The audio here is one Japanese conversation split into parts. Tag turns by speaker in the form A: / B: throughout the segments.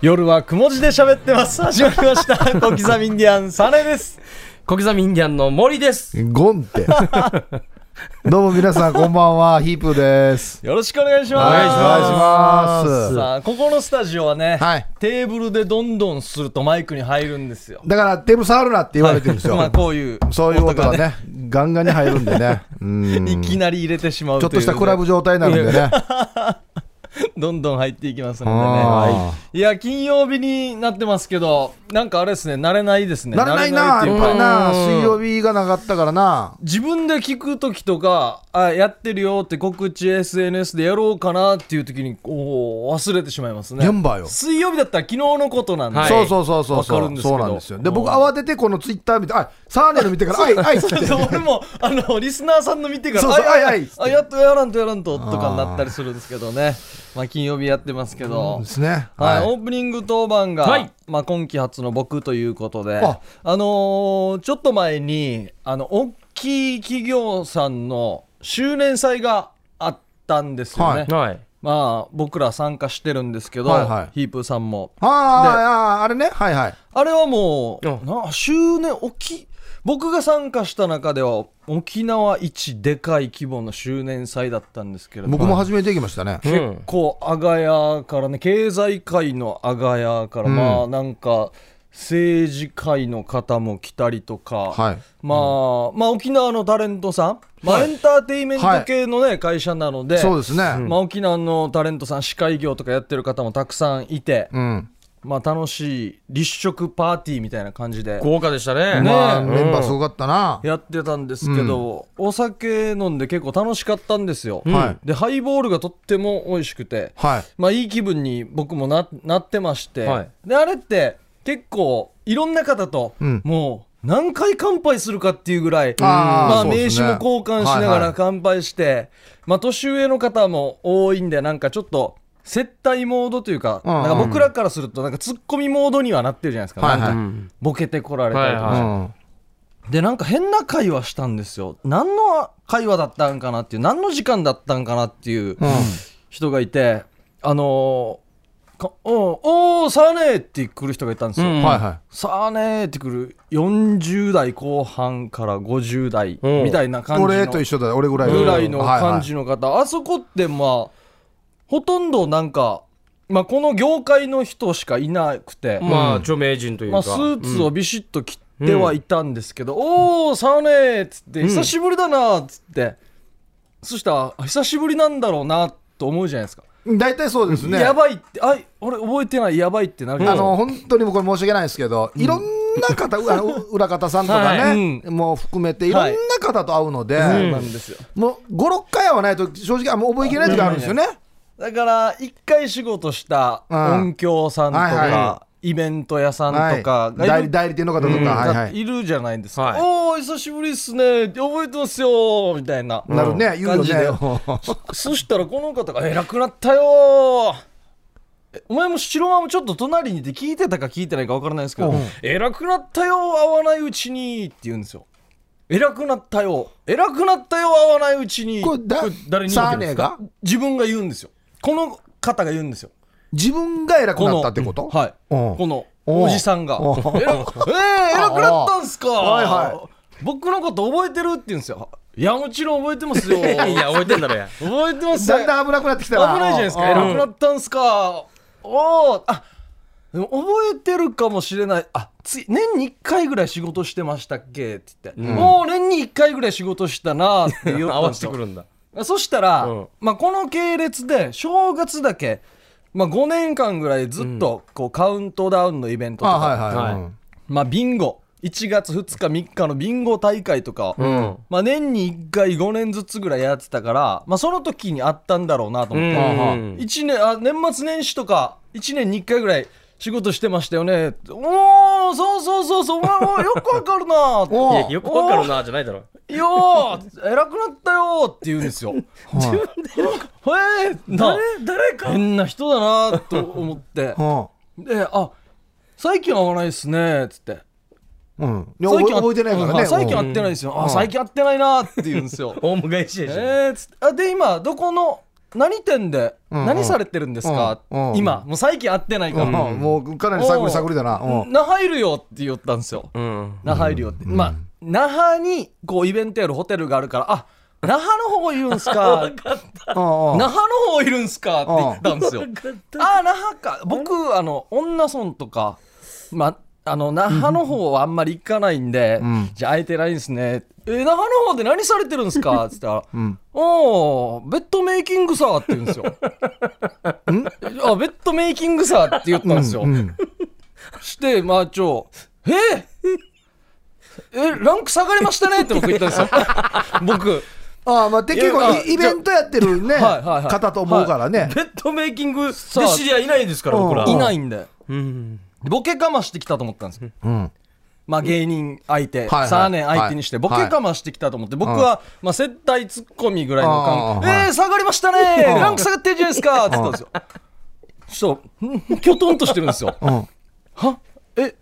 A: 夜はくも字で喋って ます。始まりました。小刻みインディアン、サネです。
B: 小刻みインディアンの森です。
C: ゴンって。 どうも皆さん、こんばんは、ヒープーです。
A: よろしくお願いし
C: お
A: ます。
C: 願いしま
A: さあ、ここのスタジオはね、
C: はい
A: テーブルでどんどんするとマイクに入るんですよ。
C: す。だから、テーブル触るなって言われてるんです よ。
A: まあ、こういう。
C: そういう音が。ね、ガンガンに入るんでね。う ん
A: いきなり入れてしまう
C: ちょっとしたクラブ
A: 上
C: 状態なんでね。
A: どんどん入っていきますのでね
C: あ
A: はいいや金曜日になってますけどなんかあれですね慣れないですね
C: ならないな、
A: 慣れ
C: や
A: っ
C: っ
A: い
C: てぱ
A: う
C: り
A: か
C: な、
B: うん
C: 水曜日がなかったからな。
A: 自分で聞く時とかあやってるよって告知 SNS でやろうかなっていう時におー忘れてしまいますね
C: 現場よ
A: 水曜日だったら昨日のことなんで、
B: はい
C: そうそうそうそう
A: わか
C: そ
A: るんです
C: う。
A: け
C: そ
A: ど
C: うなんですよ。で、僕、慌ててこのツイッター見て、あサーネル見てから、あい、あいっつ って。
A: 俺もあのリスナーさんの見てから
C: そうそう
A: あ
C: あいあいっつって
A: あやっとやらんとやらんととかになったりするんですけどねまあ金曜日やってますけど
C: で、すね。
A: はい
C: はい。
A: オープニング当番が、
B: はい
A: まあ、今季初の僕ということであ
C: あ
A: のーちょっと前にあの大きい企業さんの周年祭があったんですよね、
C: は
B: はい。
A: まあ僕ら参加してるんですけど、
C: はいはい
A: ヒープーさんも
C: ああ、あれね。はいはい。
A: あれはも
B: う
A: うんな周年沖僕が参加した中では沖縄一でかい規模の周年祭だったんですけれども
C: 僕も初めて行きましたね。
B: うん。
A: こう阿賀屋からね経済界の阿賀屋から、まあなんか政治界の方も来たりとか、
C: はい
A: まあ、まあ沖縄のタレントさん、まあ、エンターテインメント系のね、会社なので
C: そうですね。
A: まあ、沖縄のタレントさん司会業とかやってる方もたくさんいて、
C: うん。
A: まあ、楽しい立食パーティーみたいな感じで
B: 豪華でした
A: ね
B: ね。
C: まあ、
A: え
C: メンバーすごかったな。
A: やってたんですけど、お酒飲んで結構楽しかったんですよ、
C: はい
A: でハイボールがとっても美味しくて、
C: はい。
A: まあ、いい気分に僕もななってまして、
B: はい
A: であれって結構いろんな方と、
C: うん
A: もう何回乾杯するかっていうぐらいま
C: あー
A: あ、
C: そう
A: 名
C: です
A: 刺
C: ね
A: も交換しなが
C: はいは
A: ら
C: い
A: 乾杯して、まあ、年上の方も多いんでなんかちょっと接待モードというか,、
C: うんうん
A: なんか僕らからするとなんかツッコミモードにはなってるじゃないですか,、
C: はいは
A: な
C: い
A: んかボケてこられたりとか、
B: はいは
C: うん
A: でなんか変な会話したんですよ何の会話だったんかなっていう何の時間だったんかなっていう人がいて、あのーかおおーさあねーって来る人がいたんですよ、
B: うん
C: はいは。
A: さあねーって来る40代後半から50代
B: うん
A: みたいない感じ
C: 俺と
A: の
C: 一緒だよ、俺ぐらい
A: ぐらいの感じ
C: の。
A: の方、あそこってまあほとんどなんか、まあ、この業界の人しかいなくて、
B: まあ、著名人という
A: ま
B: か。
A: あ、スーツをビシッと切ってはいたんですけど「おおサーネー」っつって「久しぶりだな」っつって、そしたらあ久しぶりなんだろうなと思うじゃないですか、
C: 大体そうですね。
A: やばいってあい俺覚えてないやばいってなるじゃな
C: あ
A: いですか
C: の、本当にもうこれ申し訳ないですけど、いろんな方、うわ裏方さんとかね、もう含めて、いろんな方と会うので、
A: そうなんですよ
C: もう5、6回会わないと、正直、あもう覚えきれない時があるんですよね。
A: だから一回仕事した音響さんとか、
C: うんはいは
A: イベント屋さん
C: はい
A: とかがいる
C: 代理代理店の方とか、はい
A: が
C: はい。
A: るじゃないですか、
B: はい
A: おお久しぶりっすね覚えてますよみたいない
C: なるね、言う
A: 感
C: よ
A: じ
C: ね
A: で。そしたらこの方が「偉くなったよーえお前も白間もちょっと隣にいて聞いてたか聞いてないか分からないですけど
C: うん
A: 「偉くなったよー会わないうちに」って言うんですよ「偉くなったよ偉くなったよ会わないうちに」
C: これだ
A: 誰に言うわ
C: サー
A: けで
C: ネ
A: す
C: が
A: か自分が言うんですよこの方が言うんですよ
C: 自分が偉く
A: こ
C: な
A: の
C: ったってこと
A: はい
C: うん
A: このおじさんが「
C: おう
A: えらえー、偉くなったんすか
C: はいは
A: 僕のこと覚えてる?」って言うんですよ「いやもちろん覚えてますよ
B: いや、覚えてんだろや。
A: 覚えてます
C: だんだん危なくなってきた
A: 危ないじゃないですか
C: うん
A: 偉くなったんすかおおあでも覚えてるかもしれないあつい年に1回ぐらい仕事してましたっけって言って、もう年に1回ぐらい仕事したなって言
B: 合
A: ったん
B: わ
A: で
B: せ
A: す
B: て
A: よ
B: くるんだ。
A: そしたら、
B: うん
A: まあ、この系列で正月だけ、まあ、5年間ぐらいずっとこうカウントダウンのイベントと
C: あ
A: か、
C: はいはい、
B: はい
C: うん
A: まあ、ビンゴ1月2日3日のビンゴ大会とか、
B: うん。
A: まあ、年に1回5年ずつぐらいやってたから、まあ、その時にあったんだろうなと思って、
B: うん
A: 一年あ年末年始とか1年に1回ぐらい仕事してましたよねおおそうそうそうそうお前もよくわかるな
C: お
B: い
C: ー
B: や、よくわかるな、じゃないだろ。。
A: いやー偉くなったよーって言うんです よ。
C: 自分
A: へえ誰誰か変な人だなーと思 ってで「あ最近会わないですね」っつって
C: うん、
A: 「
C: いや
A: 最
C: 覚え
A: 近
C: 覚えてないから
A: う
C: ね。
A: ん最近会 ってないですよ」あ「最近会ってないな」って言うんですよ
B: オウム返しでしょ。
A: えー、つってあで今どこの何店で
C: うんうん
A: 何されてるんですか
C: うんうん
A: 今もう最近会ってないか
C: うん
A: ら
C: もうかなり探り探りだな。うん
A: 那覇いるよって言ったんですよ
B: うん。
A: 那覇いるよってまあ那覇にこうイベントやるホテルがあるからあ那覇の方いるんす か
C: うんうん
A: 那覇の方いるんすかって言ったんですよああ那覇か僕あの女村とかまあの那覇の方はあんまり行かないんで、
C: ん
A: じゃあ空いてないんですねえ那覇の方で何されてるんです かって言ったら「
C: ん
A: おおベッドメイキングさ」って言うん ですよ。あベッドメイキングさって言ったんですよ。
C: うん
A: してまあちょえ えランク下がりましたねって僕言ったん ですよ僕
C: ああ、まあ、で結
A: いや
C: 構
A: まあ
C: イイベントやってるね、
A: はいはいはい
C: 方と思うからね。
B: ベッドメイキングで知り合いいないですから、
C: さあ
B: 僕ら。
A: いないんで
B: うん。
A: ボケかましてきたと思ったんですよ
C: うん
A: まあ、芸人相手、
C: はいはい
A: サーネ相手にして、ボケかましてきたと思って、僕は、まあ、接待ツッコミぐらいの感
C: あー
A: 覚、えー、下がりましたね
C: うん
A: ランク下がってるじゃないですかって言ったんですよ。そう、んきょとんとしてるんですよ。
C: うん
A: はえ、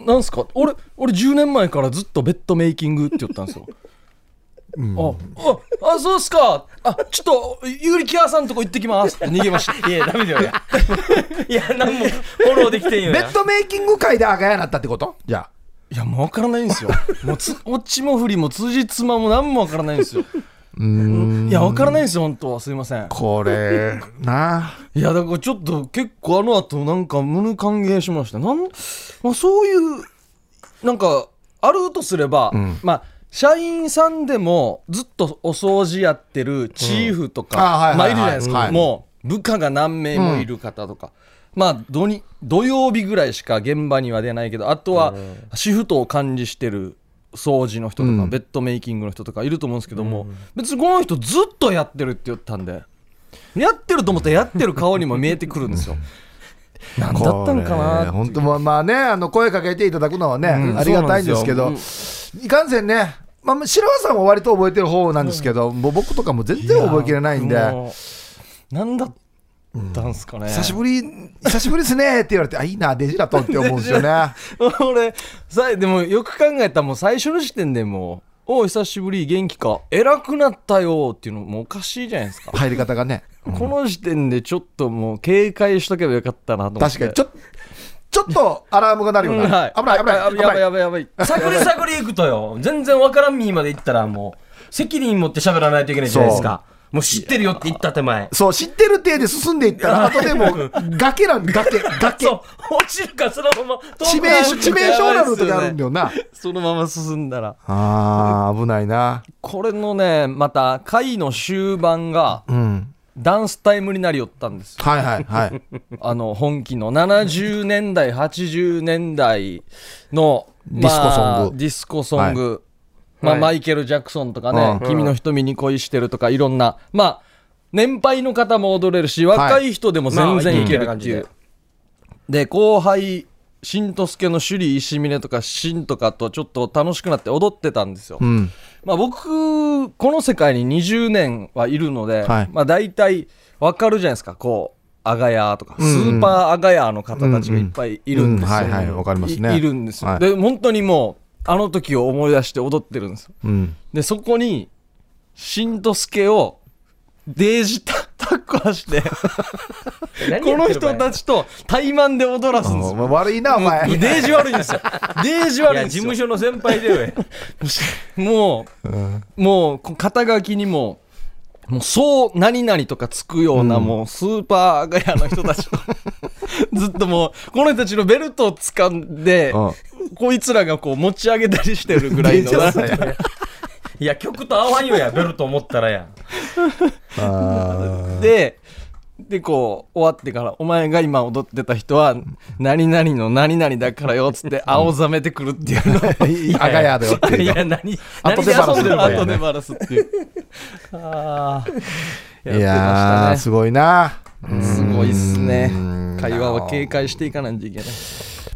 A: なんすか俺、俺10年前からずっとベッドメイキングって言ったんで すよ。あああ、そうっすか。あ、ちょっと、ユーリキアさんとこ行ってきますって逃げました。
B: いや、ダメだよ、いや。いや、なんもフォローできてんよ。
C: ベッドメイキング会で赤やなったってことじゃ
A: いや、もう分からないんですよ。もうつ、オチも振りも、辻褄も何も分からないんですよ。いや、分からないんですよ、本当は。すいません
C: あ。。これ、なあ。
A: いや、だからちょっと結構あの後、なんか胸歓迎しました。なん、まあ、そういう、なんか、あるとすれば、
C: ん
A: まあ、社員さんでもずっとお掃除やってるチーフと
C: うんあ
A: か、
C: はい
A: まあ
C: は
A: い
C: いはい
A: るじゃないですか、
C: はい
A: もう部下が何名もいる方とか、まあ土に土曜日ぐらいしか現場には出ないけどあとはシフトを管理してる掃除の人とか、
C: うん
A: ベッドメイキングの人とかいると思うんですけども、別にこの人ずっとやってるって言ったんでやってると思ったらやってる顔にも見えてくるん ですよ。なんだったんかなっていう
C: 本当まあまあね、あの声かけていただくのはね、
A: ん
C: ありがたいんですけど、いかんせんね、まあ、白輪さんは割と覚えてる方なんですけど、もう僕とかも全然覚えきれないんで、
A: もうなんだったんすかね、
C: 久しぶり、久しぶりですねって言われて、あ、いいな、デジラトンって思うんですよね。
A: 俺さでもよく考えたらもう最初の時点でもう「おう久しぶり元気か偉くなったよ」っていうのもおかしいじゃないですか、
C: 入り方がね。
A: この時点でちょっともう警戒しとけばよかったなと思って
C: 確かに、ちょっと、ちょっとアラームが鳴るよう
A: うんは
C: な。
A: い、
C: 危ない、危ない、
A: あ
C: 危
A: やばい
C: ない。
A: やばいやばい
B: 探り探り行くとよ。全然わからんみーまで行ったら、もう、責任持って喋らないといけないじゃないですか。もう知ってるよって言った手前。
C: そう、知ってる体で進んでいったら、後でもう、崖な ん、崖、崖。
B: そう、落ちるか、そのまま。
C: 致命傷、致命傷なるとかあるんだよな。
A: そのまま進んだら
C: あー、危ないな。
A: これのねまた会の終盤が
C: うん。
A: ダンスタイムになりよったん ですよ
C: はいはいはい。
A: あの本気の70年代80年代の
C: ディスコソン
A: ま
C: グ
A: あディスコソング、まあ
B: はい
A: マイケル・ジャクソンとかね「
B: うん
A: 君の瞳に恋してる」とかいろんなまあ年配の方も踊れるし若い人でも全然いける
B: まあい
A: っ
B: け
A: ていう、
B: る感じ
A: で後輩しんとすけの趣里石峰とかしんとかとちょっと楽しくなって踊ってたんですよ、
C: うん。
A: まあ、僕この世界に20年はいるので、
C: はい
A: まあ、大体わかるじゃないですかこうアガヤーとか、
C: んうん
A: スーパーアガヤーの方たちがいっぱいいるんですよ、
C: うんうんはいはいわかりますね
A: いいるんですよ、
C: はい
A: で本当にもうあの時を思い出して踊ってるんですよ
C: うん。
A: でそこにしんとすけをデージタタッカー してこの人た
B: ち。
A: ちと対マンで踊らすんです
C: お
A: よ
C: 前悪いな、お前。
A: デージ悪いんですよデージ
B: い
A: 悪いん
B: や、
A: です
B: 事
A: よ
B: 務所の先輩でよ。
A: もう、もうこ肩書きにも、もうそう何々とかつくような、もうスーパーガヤの人たちと、ずっともう、この人たちのベルトを掴んで、こいつらがこう持ち上げたりしてるぐらいの、
C: デージ
A: な
C: だよ
B: いや、曲と合わんよや、ベルト思ったらや。
C: あ
A: で、で、こう、終わってから、お前が今踊ってた人は、何々の何々だからよ、つって、青ざめてくるっていうのを、
C: ー赤やだよって
B: い
C: い
B: や、
C: うの。
B: 何、
C: 後
B: 何で
C: でバラす
B: 遊んでるの
C: い
B: や
C: や
A: 後でバラすっていう。ああ、
C: いやー、すごいな。
A: すごいっすね
C: うん。
A: 会話は警戒していかないといけない。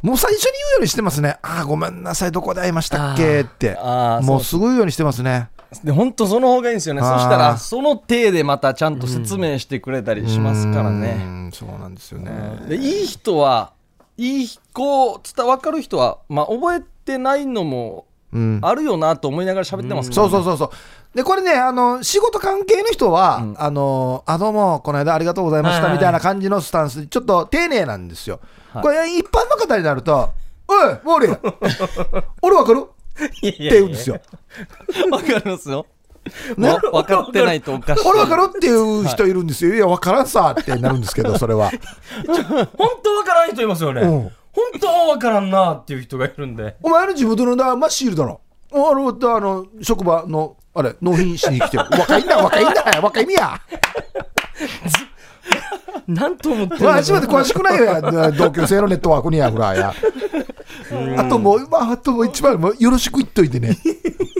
C: もう最初に言うようにしてますね。ああ、ごめんなさい、どこで会いましたっけって
A: あーあ。ー
C: もうすごいようにしてますね。
A: で、本当その方がいいんですよね。そ
C: あー
A: したら、その体でまたちゃんと説明してくれたりしますから
C: う
A: ね。
C: ん。そうなんですよね。
A: でいい人は、いい子、伝わかる人は、まあ、覚えてないのも
C: うん。
A: あるよなと思いながら喋ってますけど
C: そうそうそうそう。でこれねあの仕事関係の人は、
A: うん
C: あのあどうもこの間ありがとうございま
B: は
C: し
B: い
C: た
B: はい
C: みたいな感じのスタンスでちょっと丁寧なんですよ、
A: はい
C: これ一般の方になると「おいモーリー 俺わかる?」
B: て
C: って言うんですよ。
A: わかりますよ。
C: ね
A: わ分かってないとおかしい。
C: 俺わかるっていう人いるんですよ。いや、わからんさってなるんですけど、それは。
B: 本当わからん人いますよね。
C: うん
B: 本当わからんなっていう人がいるんで。
C: お前の地元のな、マシールだろ。あの、だあの、職場の、あれ、納品しに来てる。若いんだ、若いんだ、若いみや。
B: なんと思ってんの
C: 初めて詳しくないよや、同級生のネットワークにや、ほらや。あともう、まあ、あともう一番、もうよろしく言っといてね。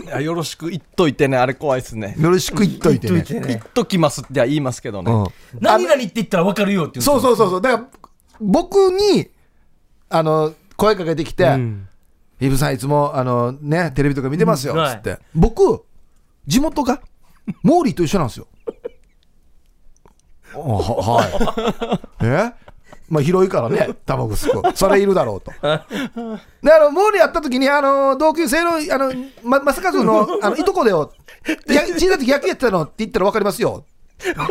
A: いやよろしく言っといてね、あれ怖いですね。
C: よろしく言っといて
B: 言っ
C: ね
B: と。いて
A: 言っ
B: ね。
A: ときますっては言いますけどね。
C: うん
B: 何々って言ったらわかるよって言。
C: そうそううそうそう。だから、僕に、あの、声かけてきて、イブさんいつもあのねテレビとか見てますよ
B: うん
C: つって、僕地元がモーリーと一緒なんです よあははいえまあ広いからね卵すくそれいるだろうとであのモーリーやった時にあの同級生のあのま正和のあのいとこだよや小さい時野球やってたのって言ったら分かりますよあ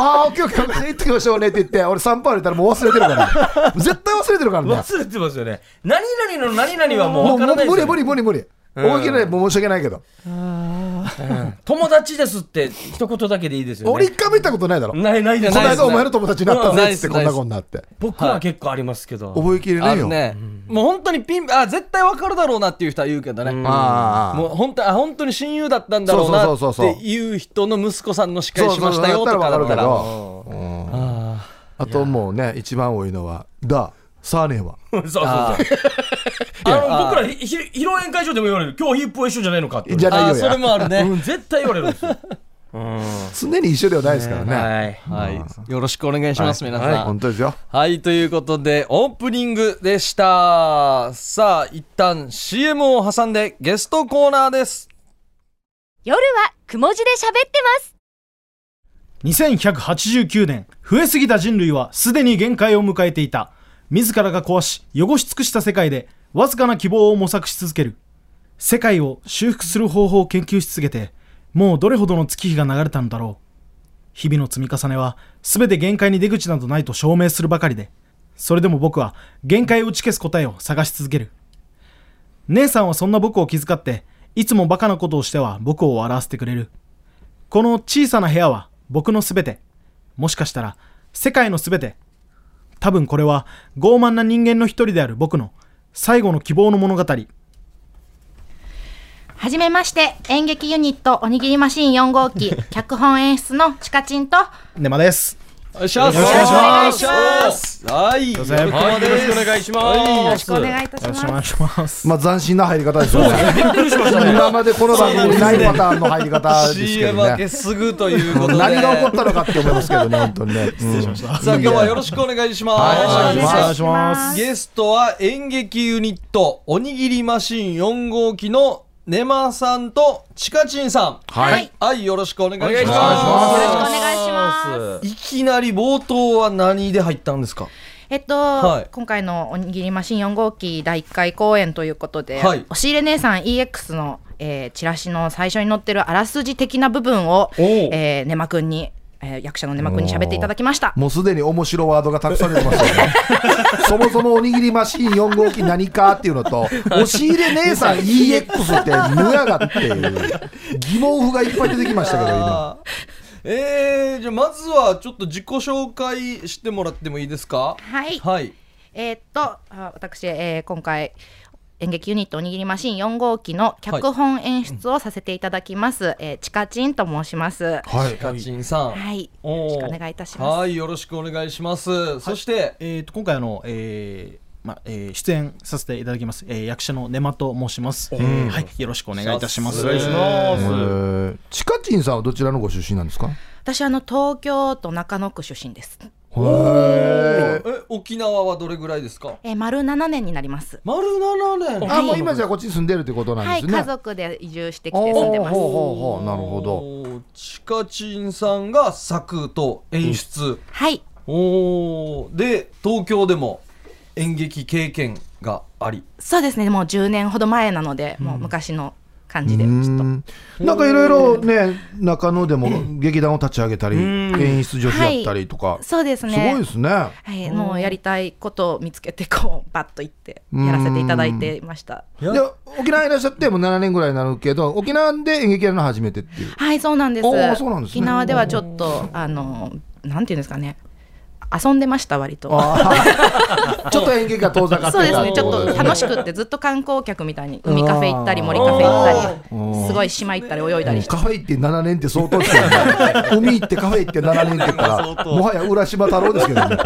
C: あ、オッケーオッケー、行ってきましょうねって言って、俺3歩歩いたらもう忘れてるから、絶対忘れてるからね。
B: 忘れてますよね。何々の何々はもう
C: も
B: わ
C: う
B: からないです
C: 無
B: よね
C: 理無理無理無理。
B: うん
C: 思い切れない、もう申し訳ないけど。
B: 友達ですって一言だけでいいですよね。
C: 俺一回も行ったことないだろ。こ
B: ないないで
A: い
B: す
A: や
C: の
A: ないです
C: 間お前の友達になった
A: な
C: ぜ
A: い
C: っ
A: で
C: つって
A: す
C: こんなことになって。
B: 僕は結構ありますけど。
C: 覚えきれな
A: あ
C: い
A: る
C: よ。
A: ね、もう本当にピンあ絶対わかるだろうなっていう人は言うけどね、
C: ああ
A: もう本当あ本当に親友だったんだろうな
C: そうそう
A: っ
C: そうそう
A: ていう人の息子さんの司会しましたよとかだったら
C: そう
A: あ
C: そうそうだったらわかるけどうん
A: あ
C: あともうね、一番多いのは、だ、サーネ ーは。
B: そうそうそう。あ
A: あー
B: の、僕らひ、ひ披露宴会場でも言われる。今日ヒップは一緒じゃないのかって言われ
C: じゃ
B: る。
C: ない
A: あ
C: よ
A: ーそれもある
C: や。
B: う
A: ね、
B: ん絶対言われるんですよ。うん。
C: 常に一緒ではないですからね。
B: はい。
A: はい、よろしくお願いします、皆さん、
C: はい本当ですよ。
A: はい、ということで、オープニングでした。さあ、一旦 CM を挟んでゲストコーナーです。
D: 夜はくも字で喋ってます
E: 2189年増えすぎた人類はすでに限界を迎えていた自らが壊し汚し尽くした世界でわずかな希望を模索し続ける世界を修復する方法を研究し続けてもうどれほどの月日が流れたのだろう日々の積み重ねは全て限界に出口などないと証明するばかりでそれでも僕は限界を打ち消す答えを探し続ける姉さんはそんな僕を気遣っていつもバカなことをしては僕を笑わせてくれるこの小さな部屋は僕のすべて。もしかしたら世界のすべて。多分これは傲慢な人間の一人である僕の最後の希望の物語。
D: はじめまして演劇ユニットおにぎりマシーン4号 機脚本演出のチカチンと
E: ネマです。
A: お願いします。
E: よろしくお願
D: いし
A: ます。はい、よろしくお願いします。
B: はいよろしくお願いします。
D: お願いいたし
E: よろ
D: ま
E: し
D: す
E: くお願いします。
C: まあ斬新な入り方ですよね。
B: びっくりしましたね。
C: 今までこの番組にないパターンの入り方ですけ
A: CM
C: ど
A: 明
C: ね
A: け。すぐということで。
C: 何が起こったのかって思いますけどね、本当にね。失礼しました。
A: さあ、今日はよろしくお願いします。
C: はいお願い
E: しま
A: ゲストは演劇ユニット、おにぎりマシン4号機のネマさんとチカチンさん。
D: はいはい。
A: はい、よろしくお願いします。
B: お願いし
D: よろしくお
B: ま
D: 願いします
A: い
B: す。
A: きなり冒頭は何で入ったんですか
D: えっと、
A: はい
D: 今回のおにぎりマシン4号機第1回公演ということで、
A: はい
D: 押し入れ姉さん EX の、えーチラシの最初に載ってるあらすじ的な部分を、
B: おう
D: えー、根間くんに、えー役者の根間くんに喋っていただきました。
C: もうすでに面白ワードがたくさん出てますよ ね。そもそもおにぎりマシーン4号機何かっていうのと、押し入れ姉さん EX ってぬやがっていう疑問符がいっぱい出てきましたけど、今。
A: あーえー、じゃあまずはちょっと自己紹介してもらってもいいですか
D: はい
A: はい
D: えーっとあ私、えー今回演劇ユニットおにぎりマシン4号機の脚本演出をさせていただきます、えーチカチンと申しますは
A: チカチンさん、
D: いよろ
A: お
D: し
A: ー
D: くお願いいたします
A: はいよろしくお願いします、そして
E: えー、と今回あの、えーまあえー出演させていただきます、えー役者のネマと申します、はい。よろしくお願いいたします。
A: お願いし
B: ま
C: えーチカチンさんはどちらのご出身なんですか
D: 私あの東京都中野区出身です、
C: へー
A: え沖縄はどれぐらいですか
D: えー丸7年になります
A: 丸7年
C: あ、もう今じゃあこっちに住んでるってことなん
D: は
C: で
D: い
C: すね。
D: 家族で移住してきて住んでます
C: ほうほうほうなるほど。
A: どチカチンさんが作と演出、
D: はい
A: おーで東京でも演劇経験があり
D: そうですねもう10年ほど前なので、もう昔の感じで、ちょっと。
C: うんなんかいろいろね中野でも劇団を立ち上げたり演出女子やったりとか、
D: そうですね。
C: すごいですね
D: はい、もうやりたいことを見つけてこうバッと行ってやらせていただいていました。
C: で沖縄いらっしゃってもう7年ぐらいになるけど沖縄で演劇やるの初めてっていう
D: はい、そうなんです。
C: おーそうなんですね
D: 沖縄ではちょっとあのなんていうんですかね、遊んでました割と。
C: ちょっと演劇が遠ざかって
D: そうです
C: た
D: ね、ちょっと楽しくってずっと観光客みたいに海カフェ行ったり森カフェ行ったりすごい島行ったり泳いだりして
C: カフェ行って7年って相当ですよね海行ってカフェ行って7年って言ったらもはや浦島太郎ですけど ね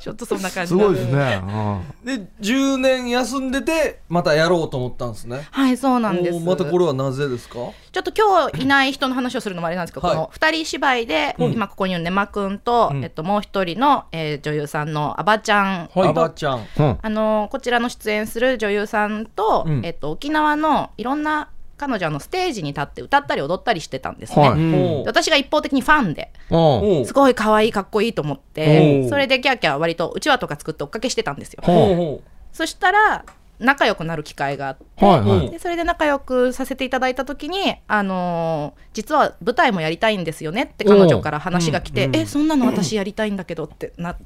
D: ちょっとそんな感じ
C: す
D: なん
C: ごいですね、うん
A: で10年休んでてまたやろうと思ったんですね
D: はいそうなんで
A: お
D: す
A: ーまたこれはなぜですか
D: ちょっと今日いない人の話をするのもあれなんですけど、
A: はい
D: この二人芝居で、今ここにいるねまくんと、えっと、もう一人の、えー女優さんのあばちゃん、
A: あばちゃん
D: あのーこちらの出演する女優さんと、
A: うん
D: えっと、沖縄のいろんな彼女はあのステージに立って歌ったり踊ったりしてたんですね。
C: はい
A: おー
D: 私が一方的にファンで
C: うん
A: おー
D: すごい可愛いかっこいいと思って
A: お
D: それでキャーキャー割とうちわとか作って追っかけしてたんですよ
A: おーお
D: そしたら仲良くなる機会があって
C: はい
A: ー
C: は
A: お
C: い
A: ー
D: でそれで仲良くさせていただいた時に、あのー実は舞台もやりたいんですよねって彼女から話が来て、えそんなの私やりたいんだけどってな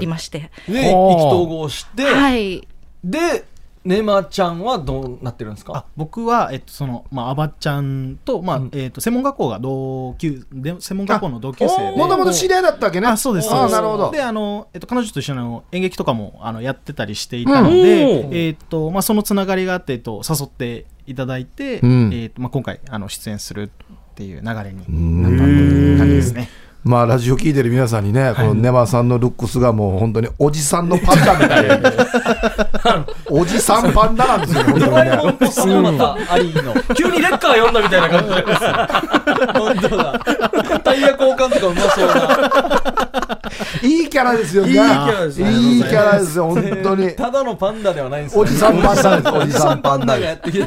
D: りまして、
A: で意気投合して
D: はい、
A: でねまちゃんはどうなってるんです
E: あ
A: か
E: 僕は、えっと、その、まあ、アバちゃんと、まあ、えっと、専門学校が同級、で専門学校の同級生で。
C: もともと知り合いだったわけね
E: あそうですそう
C: あ
E: です
C: なるほど
E: であの、えっと、彼女と一緒にあの演劇とかもあのやってたりしていたので、えっとまあ、そのつながりがあって、えっと、誘っていただいて、
C: ん
E: えっとまあ、今回あの出演するっていう流れになった感じですね。
C: まあラジオ聞いてる皆さんにね、このネマさんのルックスがもう本当におじさんのパンダみたい なおじさんパンダなんですよね本当
A: ド
C: に
A: ラえ
C: ね
A: もんとそのまたアリーの
B: 急にレッカー読んだみたいな感じで。
A: 本当だタイヤ交換とかうまそうない
C: いキャラですよね
A: いいキャラですね
C: いいキャラですよ本 当に
A: ただのパンダではないんですね
C: おじさんパンダですお
A: お
C: じ
A: じ
C: さ
A: さ
C: ん
A: ん
C: パ
A: パ
C: ン
A: ン
C: ダ
A: ダ
C: で
A: がやってきて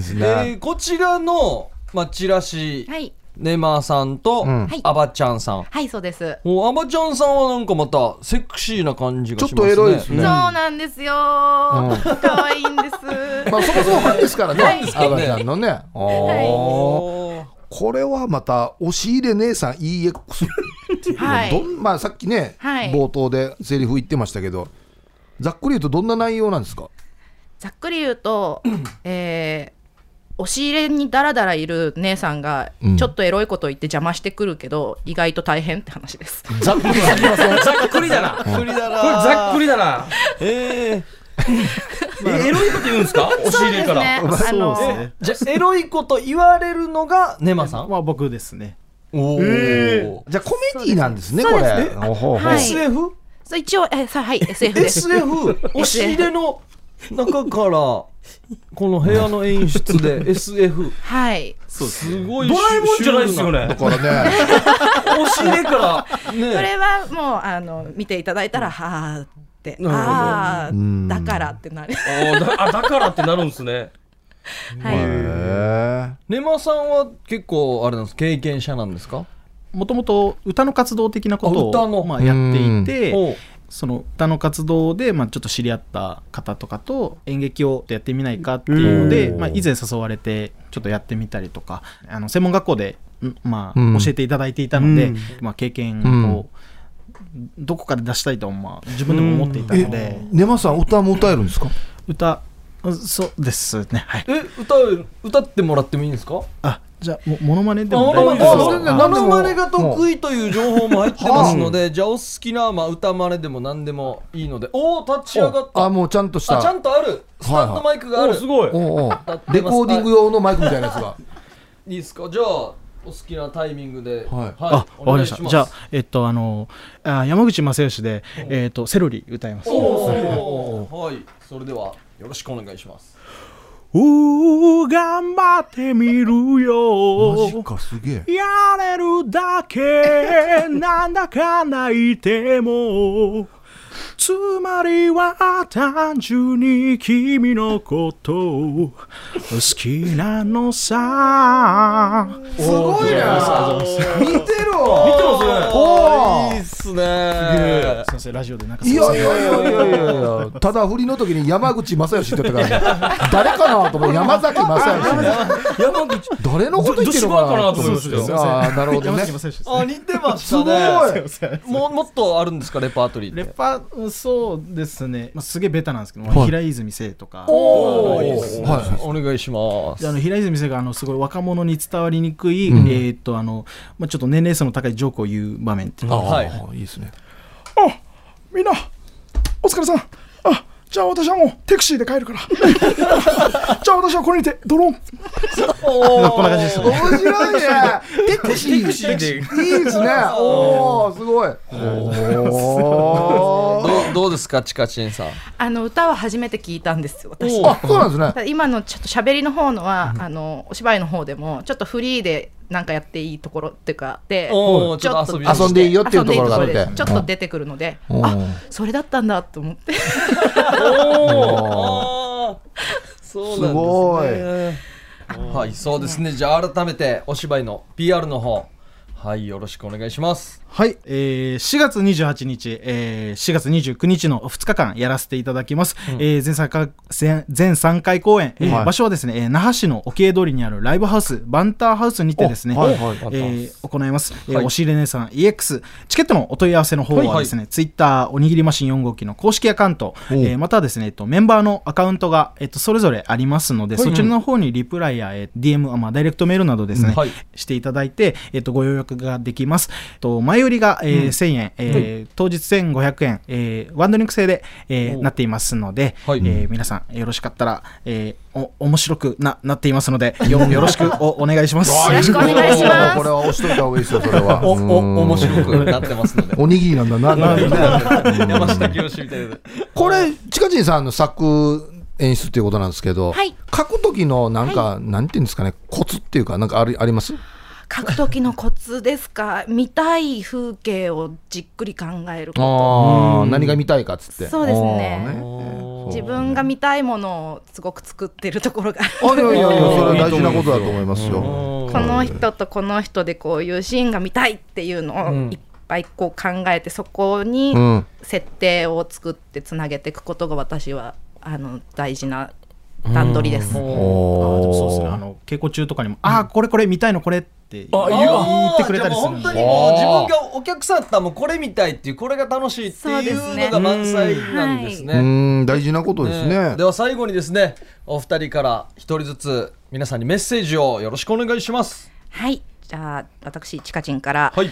C: す
A: え
C: ね
A: ーこちらのまあチラシ
D: はい
A: ねまさんと
C: ん
D: はい
A: あばちゃんさん
D: はい、そうです、
A: おアバちゃんさんはなんかまたセクシーな感じがしますね
C: ちょっとエロいです
D: そう
C: ね
D: なんですよー可愛、いんで す、
C: まあそもそもファンですからね
D: はい
C: アバちゃんのねあー
A: お
C: これはまた押し入れ姉さん EX
D: はい
C: どんまあさっきね
D: はい
C: 冒頭でセリフ言ってましたけどざっくり言うとどんな内容なんですか
D: ざっくり言うと、えー押し入れにダラダラいる姉さんが
C: うん
D: ちょっとエロいこと言って邪魔してくるけど、意外と大変って話です。
C: ざっくりすぎません
B: ざっくりだな。こ
A: ーこれだな
B: れざっくりだな。
A: えー
B: えエロいこと言うんですか押し入れから。
D: そうですね。あの
E: そうですね
A: じゃあエロいこと言われるのがネマさん
E: まあ、僕ですね。
A: おお、
C: じゃあコメディなんですね、これ。ほうほう
D: はい
A: SF?
D: そう一応えさはい SF です。
A: SF 押し入れの中からこの部屋の演出で SF
D: はい。
A: すごい
B: ドラえもんじゃないですよ
A: ね
C: だ
B: ね。
C: からね、
A: 押し入れから
D: こ
A: ね
D: れはもうあの見ていただいたらはあって
A: るほど
D: ああ
C: ん
D: だからってなる。
B: あだあだからってなるんですね。
D: はい。
C: へ
A: ネマさんは結構あれなんです経験者なんですか
E: もともと歌の活動的なこと
A: あ歌の
E: をまあやっていて、
A: おう
E: その歌の活動で、まあ、ちょっと知り合った方とかと演劇をやってみないかっていうので、
C: うん
E: まあ、以前誘われてちょっとやってみたりとかあの専門学校で、んまあ
C: うん
E: 教えていただいていたので、
A: うん
E: まあ、経験をどこかで出したいとは、まあ、自分でも思っていたので
C: え、、ねまさん、歌も歌えるんですか
E: 歌うんそうですねはい
A: え歌う歌ってもらってもいいんですか
E: あじゃあもモノマネで
A: あ
E: も
A: モノマ
E: 大
A: ネ
E: 丈
A: あ
E: 夫
A: そ
E: で
A: う
E: す
A: ね
E: か
A: モノマネが得意という情報も入ってますので、じゃあお好きな、まあ、歌マネでも何でもいいので、おお、立ち上がった。
C: あ、
A: あ、
C: もうちゃんとした。
A: ちゃんとある。スタンドマイクがある。
B: おすごい。
C: おうおう
A: 立ってます
C: レコーディング用のマイクみたいなやつが。
A: いいですかじゃあ、お好きなタイミングで。
C: はい
E: あ、わかりました。じゃあ
A: あ、、
E: えっと、あの、あ山口正義で、えっと、セロリ歌います。
A: おお、はい。それでは、よろしくお願いします。
E: うー頑張ってみる
C: マジ
E: よ
C: か、すげえ。
E: やれるだけなんだか泣いてもつまりは単純に君のことを好きなのさ
C: すごいな見て
B: 見て
C: ろ
B: ますね
C: おー
A: いいっすね
E: 先生ラジオでなんか
C: いやいやいやいやいやいや、ただ振りの時に山口正義って言ってたから、ね、誰かなと思う、山崎正義、
B: 山口
C: 誰のこと言ってるの
B: どど柴
C: かな
B: 田かなと思いましたよ
C: ああ、なるほど
E: 山
C: ね
E: 崎。正義です
A: あ似てましたね
C: すごい
E: すいません
A: もうもっとあるんですかレパートリー
E: レ
A: って
E: パそうですね、まあ、すげえベタなんですけど、まあ
C: はい
E: 平泉聖とか
A: お
C: いい
A: ー
C: ですねはい
A: お願いしま
E: あ
A: す
E: の平泉聖があのすごい若者に伝わりにくい、えーっとあのまあ、ちょっと年齢層の高いジョークを言う場面っていうの
C: あ
E: が
A: はい
C: あ、いいですね。
E: あみんなお疲れさんあじゃあ私はもうテクシーで帰るから じゃあ私はこれにてドロー ンこんな感じですね
C: 面白いね。テクシー。
B: テクシーで
C: いいですね。おお、すごい。おお。
A: どうどうですかチカチンさん
D: あの歌は初めて聞いたんですよ私
A: お
C: あ、 そうなんですね。
D: 今のちょっと喋りの方のは、あのお芝居の方でもちょっとフリーでなんかやっていいところっていうかで
A: おーちょっと遊びにして
C: 遊んでいいよっていうところがあって
D: 遊んでいいところでちょっと出てくるので、
C: うん
D: あそれだったんだと思って
A: おおそうなんですね
C: すごい
A: はいそうですねじゃあ改めてお芝居の PR の方はいよろしくお願いします
E: はい、えー4月28日、えー4月29日の2日間やらせていただきます、えー全 3, 回全全3回公演、えー
C: はい
E: 場所はですね、えー那覇市の沖江通りにあるライブハウスバンターハウスにてですね、
C: おはいはい
E: えー行います、えー
A: はい
E: おし入れ姉さん EX チケットのお問い合わせの方はですね、ツイッターおにぎりマシン4号機の公式アカウント、えーまたはですね、えっと、メンバーのアカウントが、えっと、それぞれありますので、そちらの方にリプライや、えー DM、あまあ、ダイレクトメールなどですね、
A: はい
E: していただいて、えっと、ご予約ができます。えっと前売りが、えー1000円、えー当日1500円、えーワンドリンク制で、えーなっていますので、
A: はい
E: えー皆さんよろしかったら、えーお面白くななっていますのでよよろしくおお願いします。
D: よろしくお願いします
C: これは押しといた方がいいですよ、それは。
A: おお
C: うん
A: 面白くなってますの で
C: おにぎりなんだな、なんだね。
A: 山下清志みたいな
C: これ、チカチンさんの作演出っていうことなんですけど、
D: はい
C: 書く時のなんか、なんていうんですかね、コツっていうか、なんかありあります
D: 書く時のコツですか見たい風景をじっくり考えるこ
C: ああ、何が見たいかっつって。
D: そうですね
C: あー
D: と自分が見たいものをすごく作ってるところが
C: あいやいやいや、それは大事なことだと思いますよ。
D: この人とこの人でこういうシーンが見たいっていうのをいっぱいこう考えてそこに
C: うん
D: 設定を作ってつなげていくことが私はあの大事な段取りです。
E: あーでもそうですね
C: お
E: あ
C: ー
E: の稽古中とかにも、ああこれこれ見たいのこれって言
A: 言
E: ってくれたりするん
A: 本
E: で
A: 当にもう自分がお客さんだったらもうこれ見たいっていうこれが楽しいって
D: そう
A: い
D: で
A: う
D: す
A: の
D: ね
A: が満載なんです
C: う
A: ね。
C: ん、大事なことです
A: えー
C: ね
A: で。は最後にですねお二人から一人ずつ皆さんにメッセージをよろしくお願いします。
D: はいじゃあ私ちかちんから、
A: はい。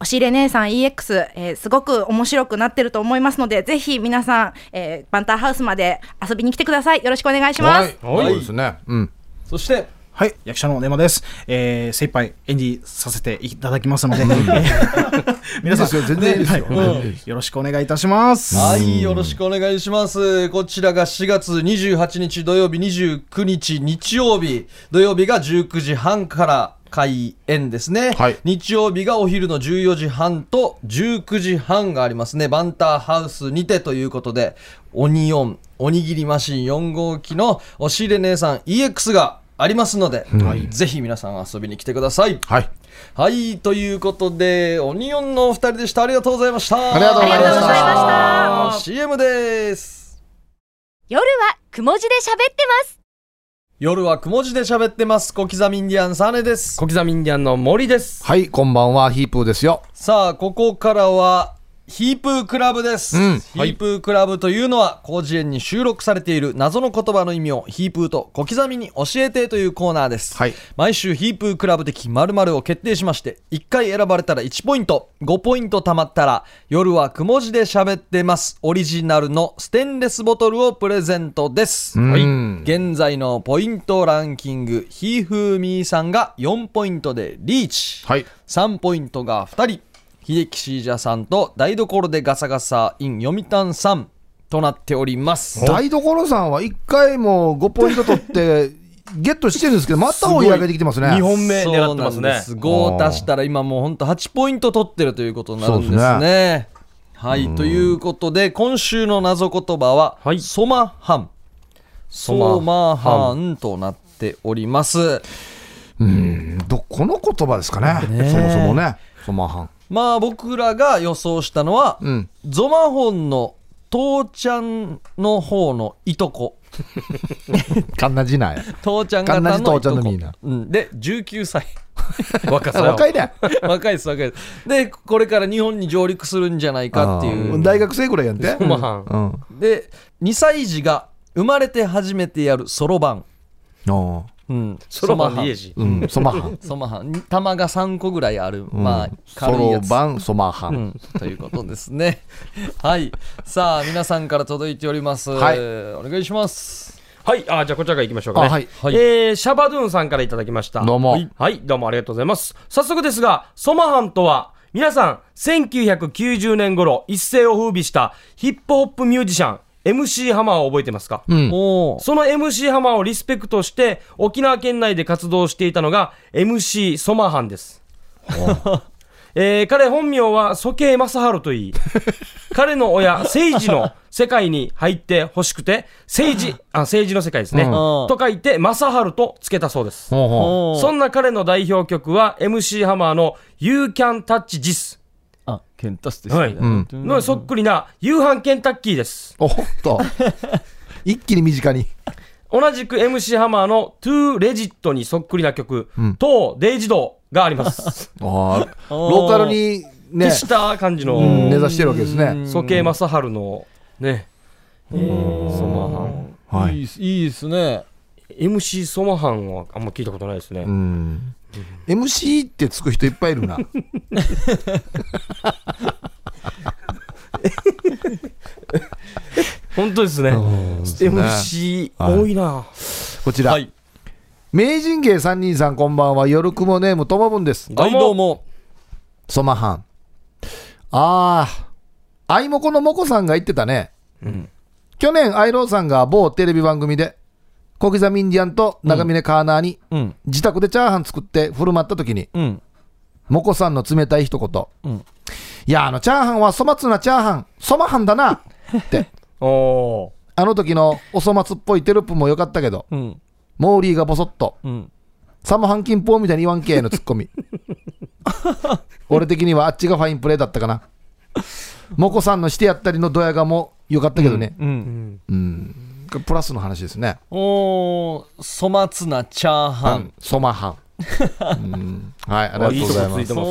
D: おしれ姉さん EX、えーすごく面白くなってると思いますのでぜひ皆さん、えーバンターハウスまで遊びに来てくださいよろしくお願いします。
C: はい、そうですね。うん。
A: そして
E: はい、役者の根間です。えー、精一杯演じさせていただきますの で、えー皆さん
C: いいですよ全然いいですよ
E: はうんよろしくお願いいたします。
A: はい、よろしくお願いします。こちらが4月28日土曜日、29日日曜日、土曜日が19時半から開演ですね。
C: はい
A: 日曜日がお昼の14時半と19時半がありますね。バンターハウスにてということで、オニオン、おにぎりマシン4号機のおしれ姉さん EX がありますので、ぜひ皆さん遊びに来てください。
C: はい。
A: はい、ということで、オニオンのお二人でした。ありがとうございました。
C: ありがとうございましたありがとうござい
A: ました。CM です。
F: 夜はくも字で喋ってます
A: 夜はくも字で喋ってます。小刻みインディアンサネです。
B: 小刻みインディアンの森です
C: はい、こんばんは、ヒープーですよ。
A: さあ、ここからは、ヒープークラブです、
C: うん
A: ヒープークラブというのは、広辞苑に収録されている謎の言葉の意味をヒープーと小刻みに教えてというコーナーです。
C: はい
A: 毎週ヒープークラブ的〇〇を決定しまして、1回選ばれたら1ポイント、5ポイント貯まったら、夜はくも字で喋ってます。オリジナルのステンレスボトルをプレゼントです。
C: うん
A: 現在のポイントランキング、ヒーフーミーさんが4ポイントでリーチ。
C: はい。
A: 3ポイントが2人秀樹シージャさんと台所でガサガサ in 読谷さんとなっております
C: 台所さんは1回も5ポイント取 って、ゲットしてるんですけど、また追い上げてきてますね。
B: 二本目狙ってますね
A: 5を足したら今もう本当8ポイント取ってるということになるんですね
C: そうです
A: はい、ということで、今週の謎言葉は、
B: はい
A: ソマハン。ソマハンとなっております。
C: どこの言葉ですかね
A: ねえ
C: そもそもねソマハン
A: まあ僕らが予想したのは、
C: うん
A: ゾマホンの父ちゃんの方のいとこ。
C: カンナジナや
A: 父ちゃん方のいとこ。
C: 同じ父ちゃんのみんな
A: うん、で、19歳。
B: 若さよ
C: 若いね
A: 若いです、若いです。で、これから日本に上陸するんじゃないかっていう。
C: ん大学生ぐらいやんて
B: ソマハン
C: うん
A: で、2歳児が生まれて初めてやるそろばん。
C: あ
A: うん、
B: ソロマン
A: ソマハン
B: リエジ
C: ーうんソマハン
A: そまはん玉が3個ぐらいある、
C: うん
A: まあ
C: ソ
A: 軽い
C: ロ
A: やつ
C: バンソマハ
A: う
C: ン
A: ん、ということですね はいさあ皆さんから届いております、
C: はい
A: お願いします
B: はい、あじゃあこちらから行きましょうかね。
C: あはい
A: はい
B: えーシャバドゥンさんからいただきました。
C: どうも
B: はい。はいどうもありがとうございます。早速ですが、ソマハンとは、皆さん、1990年頃、一世を風靡したヒップホップミュージシャン、MC ハマーを覚えてますか、
C: うん
A: おお
B: その MC ハマーをリスペクトして、沖縄県内で活動していたのが、MC ソマハンです。えー彼本名は蘇慶正治といい、彼の親、政治の世界に入ってほしくて、政治、あ、政治の世界ですね。
C: うん
B: と書いて、正治と付けたそうです。
C: ほうほ
A: お
B: そ
A: そ
B: んな彼の代表曲は、MC ハマーの You Can Touch This
A: あケンタスです
B: ねはい
C: ん
B: のそっくりな夕飯ケンタッキーです。
C: うおほっ と一気に身近に
B: 同じく MC ハマーの To Legit にそっくりな曲、
C: ん
B: とデイジドーがあります。
C: ああローカルに ね
B: 消した感じ
C: う
B: の
C: ん、根ざしてるわけですね
B: 蘇慶正治のね、えーソマハン。
C: はい
A: いいっすいいですね
B: MC ソマハンはあんま聞いたことないですね。
C: うん MC ってつく人いっぱいいるな
B: 本当ですね。MC 多いな。
C: こちら、
A: はい
C: 名人芸三人さんこんばんは夜雲ネームともぶんです
A: はいどうも
C: ソマハンああアイモコのモコさんが言ってたね、去年アイローさんが某テレビ番組で小刻みインディアンと長峰カーナーに
A: うん
C: 自宅でチャーハン作って振る舞った時に
A: うん
C: モコさんの冷たい一言、
A: うん
C: いやあのチャーハンは粗末なチャーハンソマハンだなって
B: お
C: あの時のお粗末っぽいテロップも良かったけど
A: うん
C: モーリーがボソッと
A: うん
C: サムハンキンポーみたいに言わんけーのツッコミ俺的にはあっちがファインプレーだったかなモコさんのしてやったりのドヤ顔も良かったけどね、
A: うん
C: これプラスの話ですね
A: おー粗末なチャーハ
C: うん
A: ン、
C: ソマハン、うんはいありがとうございます
B: いいとこついてます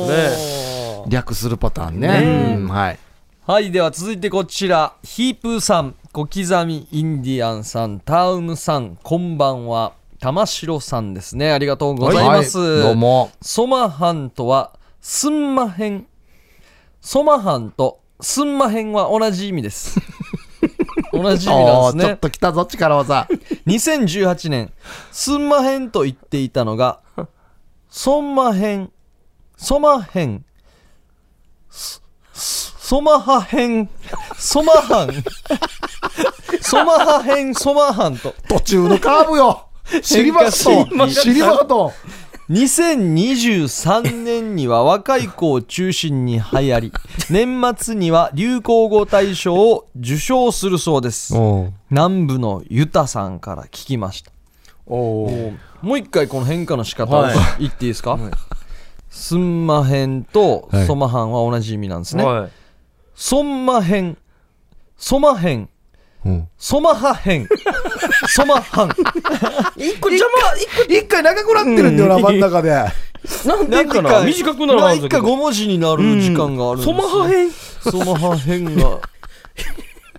A: ね
B: ね。
C: 略するパターンね
B: ね
C: うんはい
A: はい、では続いてこちら、ヒープーさん、小刻みインディアンさん、タウムさん、こんばんは、玉城さんですね。ありがとうございます。
C: はいどうも
A: ソマハンとは、すんまへん。ソマハンとすんまへんは同じ意味です。同じ意味な
C: おー
A: ん
C: ちょ
A: で
C: っと来たぞ力技
A: すね。2018年、すんまへんと言っていたのが、そんまへん、そまへん、そ、そそまはへん、そまはん、そまはへん、そまはんと、
C: 途中のカーブよ知りまし
A: 変化
C: と知りまと
A: 2023年には若い子を中心に流行り、年末には流行語大賞を受賞するそうです。南部のユタさんから聞きました。
B: おー
A: もう一回この変化の仕方を言っていいですか、すんまへんとそまはんは同じ意味なんですね。
B: はい
A: そんまへん、そまへん、
C: うん
A: そまはへん、 そまはん。
B: 一個邪魔、一
C: 一回長くなってるんだよな、
B: うん
C: 真ん中で
B: 個、なんでかな短くなるはず
A: 何
B: だけ
A: か
B: ど。
A: 5文字になる時間があるんです、
B: ソマハ
A: ん。
B: 編
A: そまはへん が。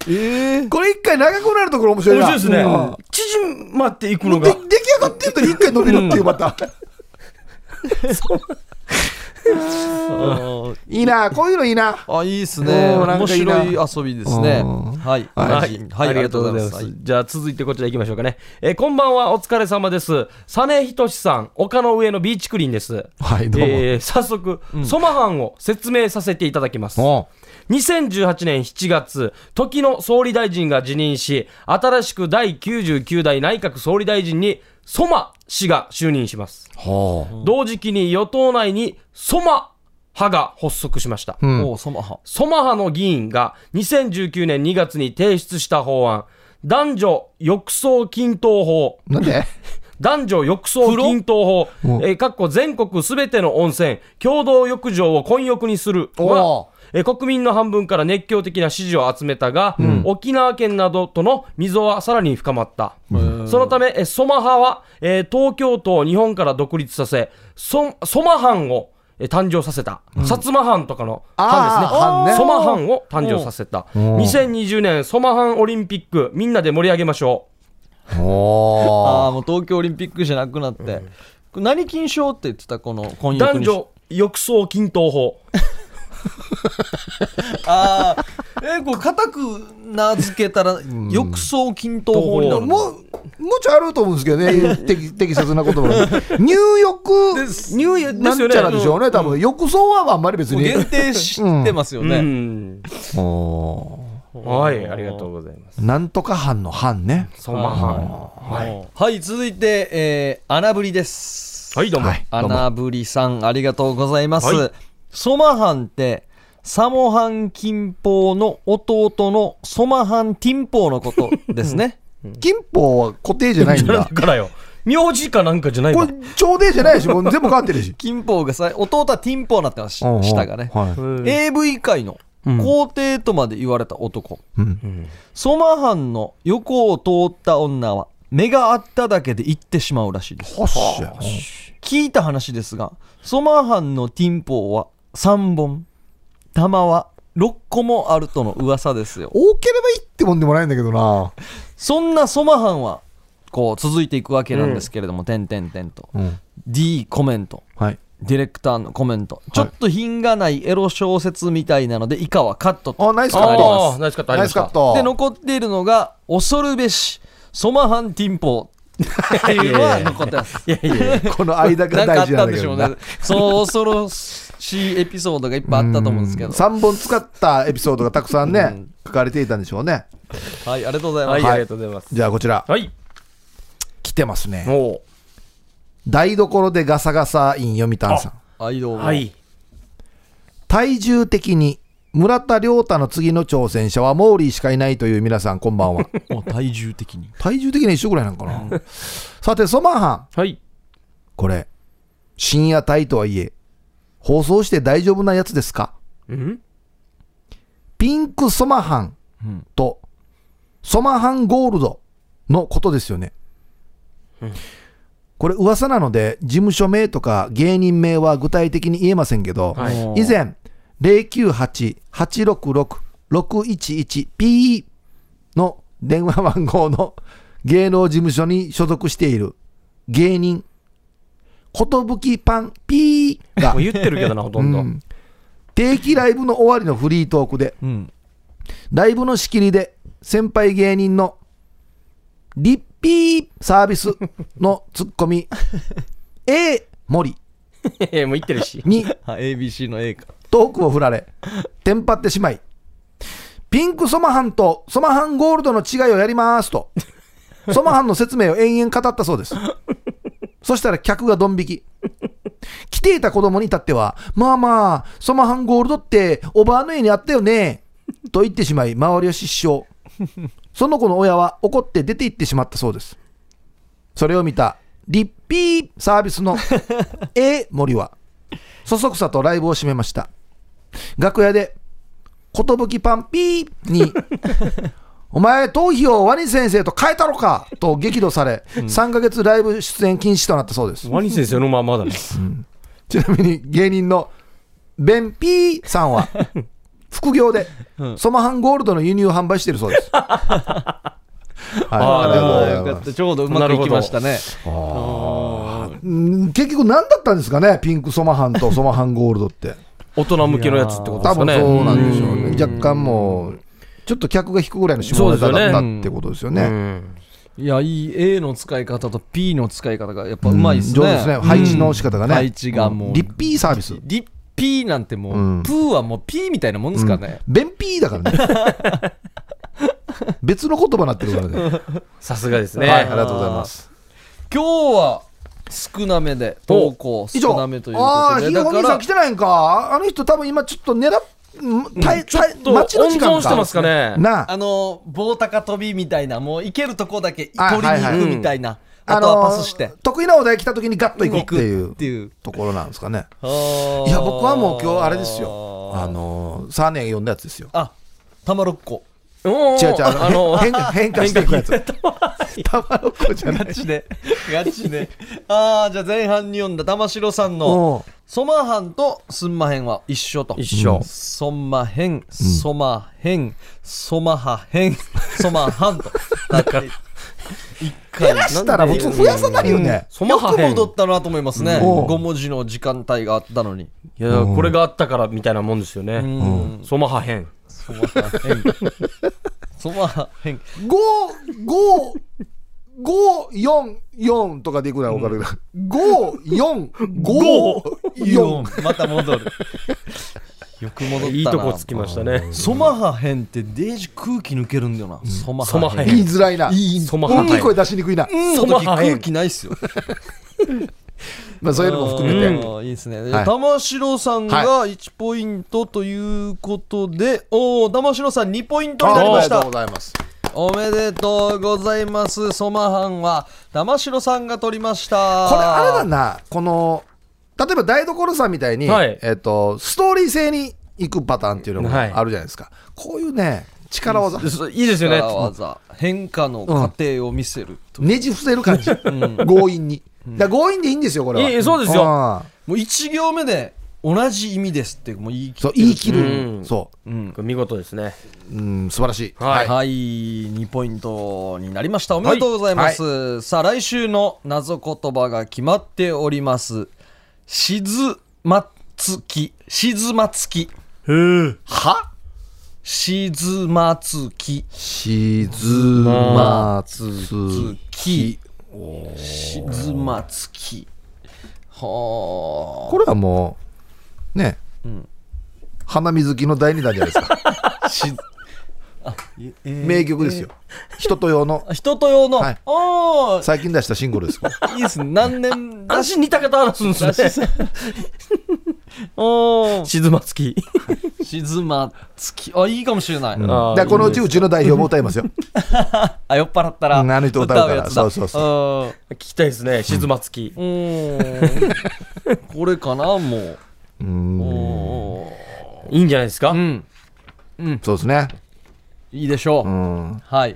A: ええ
C: これ一回長くなるところ面白い
B: 面白
C: な
B: いですね
C: うん。
B: 縮まっていく
C: も
B: の
C: うで
B: が。
C: 出来上がってんのに一回伸びるっていうまたいいなこういうのいいな
A: あ、いいですね。
C: おーなん
A: 面
C: かいいな
A: 白い遊びですね。
C: うん
A: はい。
B: は
A: はいい。、
B: ありがとうございます。。じゃあ続いてこちら行きましょうかね。えーこんばんは、お疲れ様です。サネヒトシさん、丘の上のビーチクリーン です。
C: はいどうも
B: えー早速、ソマハンを説明させていただきます。
C: お
B: 2018年7月、時の総理大臣が辞任し、新しく第99代内閣総理大臣に、ソマ氏が就任します。
C: は
B: 同時期に与党内に、ソマ派が発足しました。
C: うん
A: おうそまは
B: ソマハの議員が2019年2月に提出した法案、男女抑争均等法、
C: なんで
B: 男女抑争均等法、
C: うん
B: えー、かっこ全国すべての温泉、共同浴場を混浴にするは
C: お、
B: えー国民の半分から熱狂的な支持を集めたが、沖縄県などとの溝はさらに深まった。そのため、えーソマ派は、えー東京都を日本から独立させ、ソソマ藩をえー誕生させた、薩摩藩とかの藩ですね。
C: あー藩ね
B: ソマ藩を誕生させた。2020年ソマ藩オリンピック、みんなで盛り上げましょう。
A: ああ
C: おー
A: もう東京オリンピックじゃなくなって、これ何金賞って言ってたこの婚約
B: 男女抑争均等法。
A: ああえこれ固く名付けたら浴槽均等法になるの
C: もう、もうちょいあると思うんですけどね、適適切な言葉で。入浴、入浴、
B: で
C: な
B: すよね
C: んちゃらでしょうね、多分。浴槽はあんまり別
A: もう
C: に。
A: 限定してますよね、
B: うん
C: お
B: はい、ありがとうございます。
C: ーなんとか藩の藩ね。
B: ソマ藩。はい。
A: はい続いて、えー、穴ぶりです
B: はい、どうも。
C: はいどうも
A: 穴ぶりさんありがとうございます、
B: は
A: ソマハンってサモハン金峰の弟のソマハンティンポーのことですね。
C: 金峰は固定じゃない ん
B: なん
C: だ。
B: からよ。名字かなんかじゃない
C: こ
B: の
C: れ、朝廷じゃないし、もう全部変わってるし
A: 金峰がさ弟はティンポーになってますし
C: うんうん
A: 下がね、
C: はい。
B: え
A: AV 界の
B: うん
A: 皇帝とまで言われた男、
C: うん
A: ソマハンの横を通った女は目が合っただけで行ってしまうらしいです
C: ほっしゃ。
A: 聞いた話ですがソマハンのティンポーは3本玉は6個もあるとの噂ですよ
C: 多ければいいってもんでもないんだけどな。
A: そんなソマハンはこう続いていくわけなんですけれども、点々点と
C: うん。
A: D コメント
C: はい。
A: ディレクターのコメント、ちょっと品がないエロ小説みたいなので以下はカットと
C: あ、ナイスカッ
B: ああ、
C: ト。
B: ナイスカットあり
C: ナ
B: ま
C: イ
B: し
C: スカ
B: た
C: ッ。ト。
A: で残っているのが恐るべしソマハンティンポーっていうのは残ってます
B: いやいや いや
C: この間
A: なん
C: が
A: かあ
C: 大
A: っ
C: 事
A: た
C: な
A: ん
C: んだ
A: で
C: け
A: しょ
C: ど
A: う
C: な
A: ね。そう恐ろしいエピソードがいっぱいあったと思うんですけど。
C: 3本使ったエピソードがたくさんね、書かれていたんでしょうね。
A: はい、ありがとうございま
B: は
A: す。
B: い、ありがとうございます。
C: じゃあこちら、
B: はい。
C: 来てますね。
B: おう
C: 台所でガサガサイン読谷さん。
A: はい、どうも。
B: は。い。
C: 体重的に村田亮太の次の挑戦者はモーリーしかいないという皆さんこんばん は
A: もう体重的に。
C: 体重的には一緒ぐらいなんかなさてソマハン
B: はい。
C: これ深夜帯とはいえ放送して大丈夫なやつですか
B: うん
C: ピンクソマハンとソマハンゴールドのことですよね、これ噂なので事務所名とか芸人名は具体的に言えませんけど、
B: はい。
A: おー
C: 以前098-866-611P の電話番号の芸能事務所に所属している芸人寿パン P が
B: もう言ってるけど な、ほとんど。
C: うん定期ライブの終わりのフリートークで
A: うん。
C: ライブの仕切りで先輩芸人のリッピーサービスのツッコミ A 森
B: いやもう言ってるし。
C: に
A: あ ABC の A か。
C: トークを振られ、テンパってしまい、ピンクソマハンとソマハンゴールドの違いをやりますと、ソマハンの説明を延々語ったそうです。そしたら客がドン引き。来ていた子供に至っては、まあまあ、ソマハンゴールドっておばあの家にあったよね、と言ってしまい、周りを失笑。その子の親は怒って出て行ってしまったそうです。それを見た、リッピーサービスの A 森は、そそくさとライブを閉めました。楽屋で、寿パンピーに、お前、頭皮をワニ先生と変えたのかと激怒され、3ヶ月ライブ出演禁止となったそうです。
B: ワニ先生のままだね。
C: ちなみに芸人のベンピーさんは 副業でソマハンゴールドの輸入を販売しているそ うです。はい、
B: ありがとうご
A: ああ、
B: ざ
A: よかった。ちょうどうまくいきましたね。
C: うん結局何だったんですかね、ピンクソマハンとソマハンゴール ドって。
B: 大人向けのやつってことで
C: 多
B: すか
C: 分
B: ね。
C: そうなんでしょうね。
B: ん
C: 若干もう、ちょっと客が引くぐらいの下ネタだったってことですよね。
B: うん
A: いや、いい A の使い方と P の使い方がやっぱうまいですね。
C: 上手ですね。配置の仕方がね。
A: 配置がもう
C: リッピーサービス。
A: リッピーなんてもう、
C: うん
A: プーはもう P みたいなもんですからね。
C: 便秘だからね。 別の言葉になってるからね。
B: さすがです
C: は
B: ね。
C: い、ありがとうございます。
A: 今日は、少なめで投稿
C: 以上
A: 少なめという
C: あ
A: こ
C: あ
A: と
C: ひ
A: で
C: よ
A: だ
C: こみ
A: か
C: さん
A: ら
C: 来てないんかあの人多分今ちょっと狙ったい
B: ちょっと温
C: 待ちの時間か
B: 存してますかね
C: なあ
A: あの棒高跳びみたいなもう行けるとこだけ
C: あ
A: 取りに行くみたいなあ,、
C: あ
A: と
C: の
A: はパスして
C: 得意なお題来た時にガッと行く
A: 行
C: って
A: く
C: い
A: っ
C: う
A: ていう
C: ところなんですかね
A: いや
C: いや僕はもう今日あれですよあのサーネが読んだやつですよ
A: あ玉6個
B: おー
C: 違う違うあ
B: あ
C: の
B: の
C: 変化変化していくやつたまの子じゃな
A: ガ
C: い
A: チでガチでああじゃあ前半に読んだ玉城さんの
C: お
A: 「ソマハン」と「スンマヘン」は一緒と
B: 一緒
A: ソマヘンソマヘンソマハ ヘンソマハンとだから一回
C: 出したら普通増やさないよね
B: そ
A: よ
B: まは
A: く
B: へん
A: 戻ったなと思いますね
C: うん
A: 5文字の時間帯があったのに
B: いやこれがあったからみたいなもんですよ
A: う
B: ね
A: ん
B: そまはへん
A: ソマハヘンソマハヘン
C: 544とかでいくらい分かるけど5454
A: また戻るよく戻ったない
B: いとこつきましたね
A: ソマハヘンってデージ空気抜けるんだよな。ソマ
B: そまはへ
A: ヘン。
C: 言い
B: ん
C: づらいな
B: そまは
C: 大きい
B: へん
C: 声出しにくいな
A: うんの
B: ソマ
A: 時
B: ハヘン
A: 空気ないっすよ。
C: まあそういうのも含めて
A: あーいいですね。
C: はい
A: 玉城さんが1ポイントということで、おお、玉城さん2ポイントになりまし
C: あ
A: た
C: りがとうご。ざいます
A: おめでとうございます。ソマハンは玉城さんが取りました。こ
C: これあれだなこの例えば台所さんみたいに
B: はい
C: えっとストーリー性に行くパターンっていうのも
B: はい
C: あるじゃないですかこういうね力技
B: そういいですよね
A: 力技変化の過程を見せると。
C: ねじ伏せる感じ強引にだから強引でいいんですよこれはい
B: いそうですよ
C: ん
A: もう1行目で同じ意味ですってもう言い切
C: そう
A: ってる
C: 言い切
B: う
C: る
B: ん
C: そ
A: うん
B: 見事ですね
C: ううん素晴らしい
B: はい
A: はい、2ポイントになりました。おめでとうございます。さあ、来週の謎言葉が決まっております。しずまつき、しずまつき、
C: は
A: しずまつき、
C: しずまつ
A: つき、しずまつき。は
C: これはもうね、花水木の第二弾じゃないですか
A: あ、し、あ、えー
C: 名曲ですよ人と用の
A: あ人と用の、
C: はい
A: あ
C: 最近出したシングルですもん
A: あ、いいですね。何年だし、
B: 私似た方話すん ですね
A: おー
B: 静まつき
A: しずまつき。あ、いいかもしれない。
C: うん
B: あー
C: でこのうちうちの代表も歌いますよ
A: あ酔っ払ったら
C: うんあの人歌うから
A: やつだ
C: そうそう
A: そ
B: 聞きたいですね静まつき
A: うんーんこれかなもう
C: う
A: おー
C: ん
A: お
B: いいんじゃないですか
A: ーうん
C: そうですね
A: いいでしょう、
C: うん
A: はい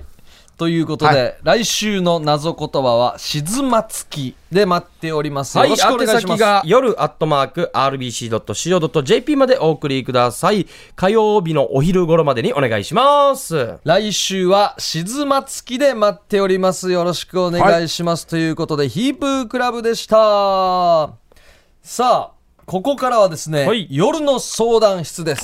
A: ということで、来週の謎言葉は「静まつき」で待っております、
B: はい、
A: よろしくお願い
B: 宛
A: しま
B: 先
A: す
B: が夜アットマーク RBC.CO.JP までお送りください。火曜日のお昼頃までにお願いします。
A: 来週は静まつきで待っておりますよろしくお願いします、ということでヒープークラブでしたさあここからはですね、
B: はい
A: 夜の相談室です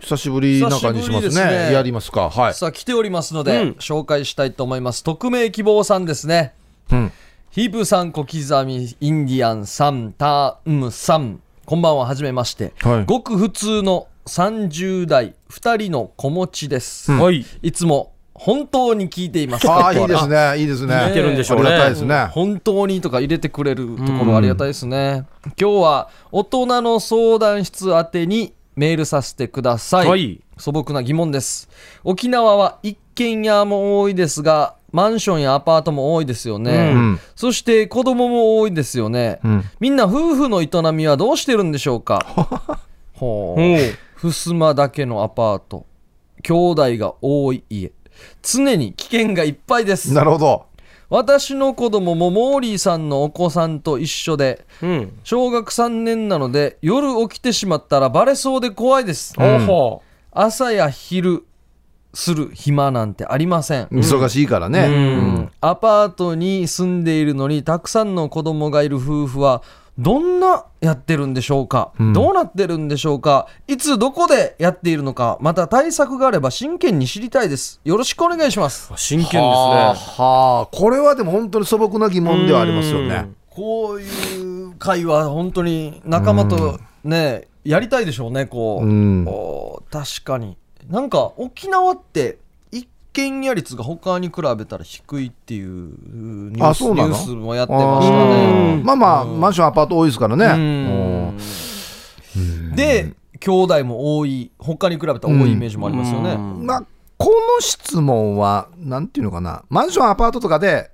C: 久しぶりな感じし
A: 久しぶ
C: ます
A: りです
C: ね
A: ね
C: やりますかはい
A: さあ来ておりますので、
B: うん
A: 紹介したいと思います匿名希望さんですね、
C: うん
A: ヒープさん小刻みインディアンさんタームさんこんばんははじめまして、
C: はい
A: ごく普通の30代2人の子持ちです、
B: はい。
A: いつも本当に聞いています
C: ああいいですねいいですね
A: ね
B: いけるんでしょ
C: あ
B: う
C: り
B: ね。
C: がたいですね
A: 本当にとか入れてくれるところありがたいですね、今日は大人の相談室宛てにメールさせてください、
B: はい
A: 素朴な疑問です沖縄は一軒家も多いですがマンションやアパートも多いですよね、
C: うん
A: そして子供も多いですよね、
C: うん
A: みんな夫婦の営みはどうしてるんでしょう かほう
B: おう
A: 襖だけのアパート兄弟が多い家常に危険がいっぱいです
C: なるほど
A: 私の子供もモーリーさんのお子さんと一緒で
B: うん。
A: 小学3年なので夜起きてしまったらバレそうで怖いです
B: おほ
A: 朝や昼する暇なんてありません、
C: 忙しいからねうん
A: アパートに住んでいるのにたくさんの子供がいる夫婦はどんなやってるんでしょうか、どうなってるんでしょうかいつどこでやっているのかまた対策があれば真剣に知りたいですよろしくお願いします
B: 真剣です
C: は
B: ね。
C: あはあこれはでも本当に素朴な疑問ではありますよね
A: こういう会は本当に仲間とね、やりたいでしょうねこう、
C: うん
A: おー確かになんか沖縄って一件や率が他に比べたら低いっていうニュー
C: あ
A: ス
C: そうなの
A: ニュースもやってました
C: あー
A: ね。
C: まあまあ、
A: うん
C: マンション、アパート多いですからね。
A: うんで兄弟も多い他に比べたら多いイメージもありますよね。
C: うんまあ、この質問は、なんていうのかな、マンション、アパートとかで、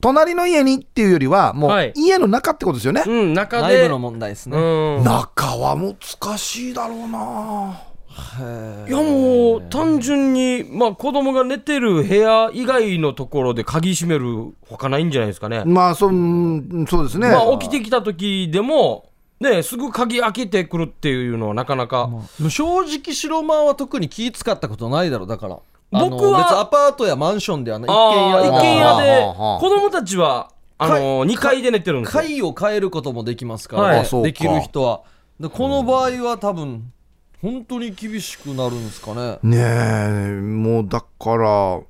C: 隣の家にっていうよりは、も
B: は
C: う
B: い
C: 家の中ってことですよね。
B: うん、中
A: 内
B: で。
A: 部の問題ですね。
B: うん。
C: 中は難しいだろうな。
B: いやもう単純に、まあ、子供が寝てる部屋以外のところで鍵閉めるほかないんじゃないですかね。
C: まあ、そううんそうですね。
B: まあ、起きてきた時でも、ね、すぐ鍵開けてくるっていうのはなかなか、
A: でも正直白間は特に気使ったことないだろうだからあの
B: 僕は
A: 別にアパートやマンションではない
B: あー
A: 一
B: 一
A: 軒家で
B: 軒家で
C: はあはあ
B: 子供たちはあの2階で寝てるんですよ。
A: 階を変えることもできますから、
B: はい
A: ね
B: あ
C: そうか
A: できる人はでこの場合は多分本当に厳しくなるんですかね
C: ねえもうだから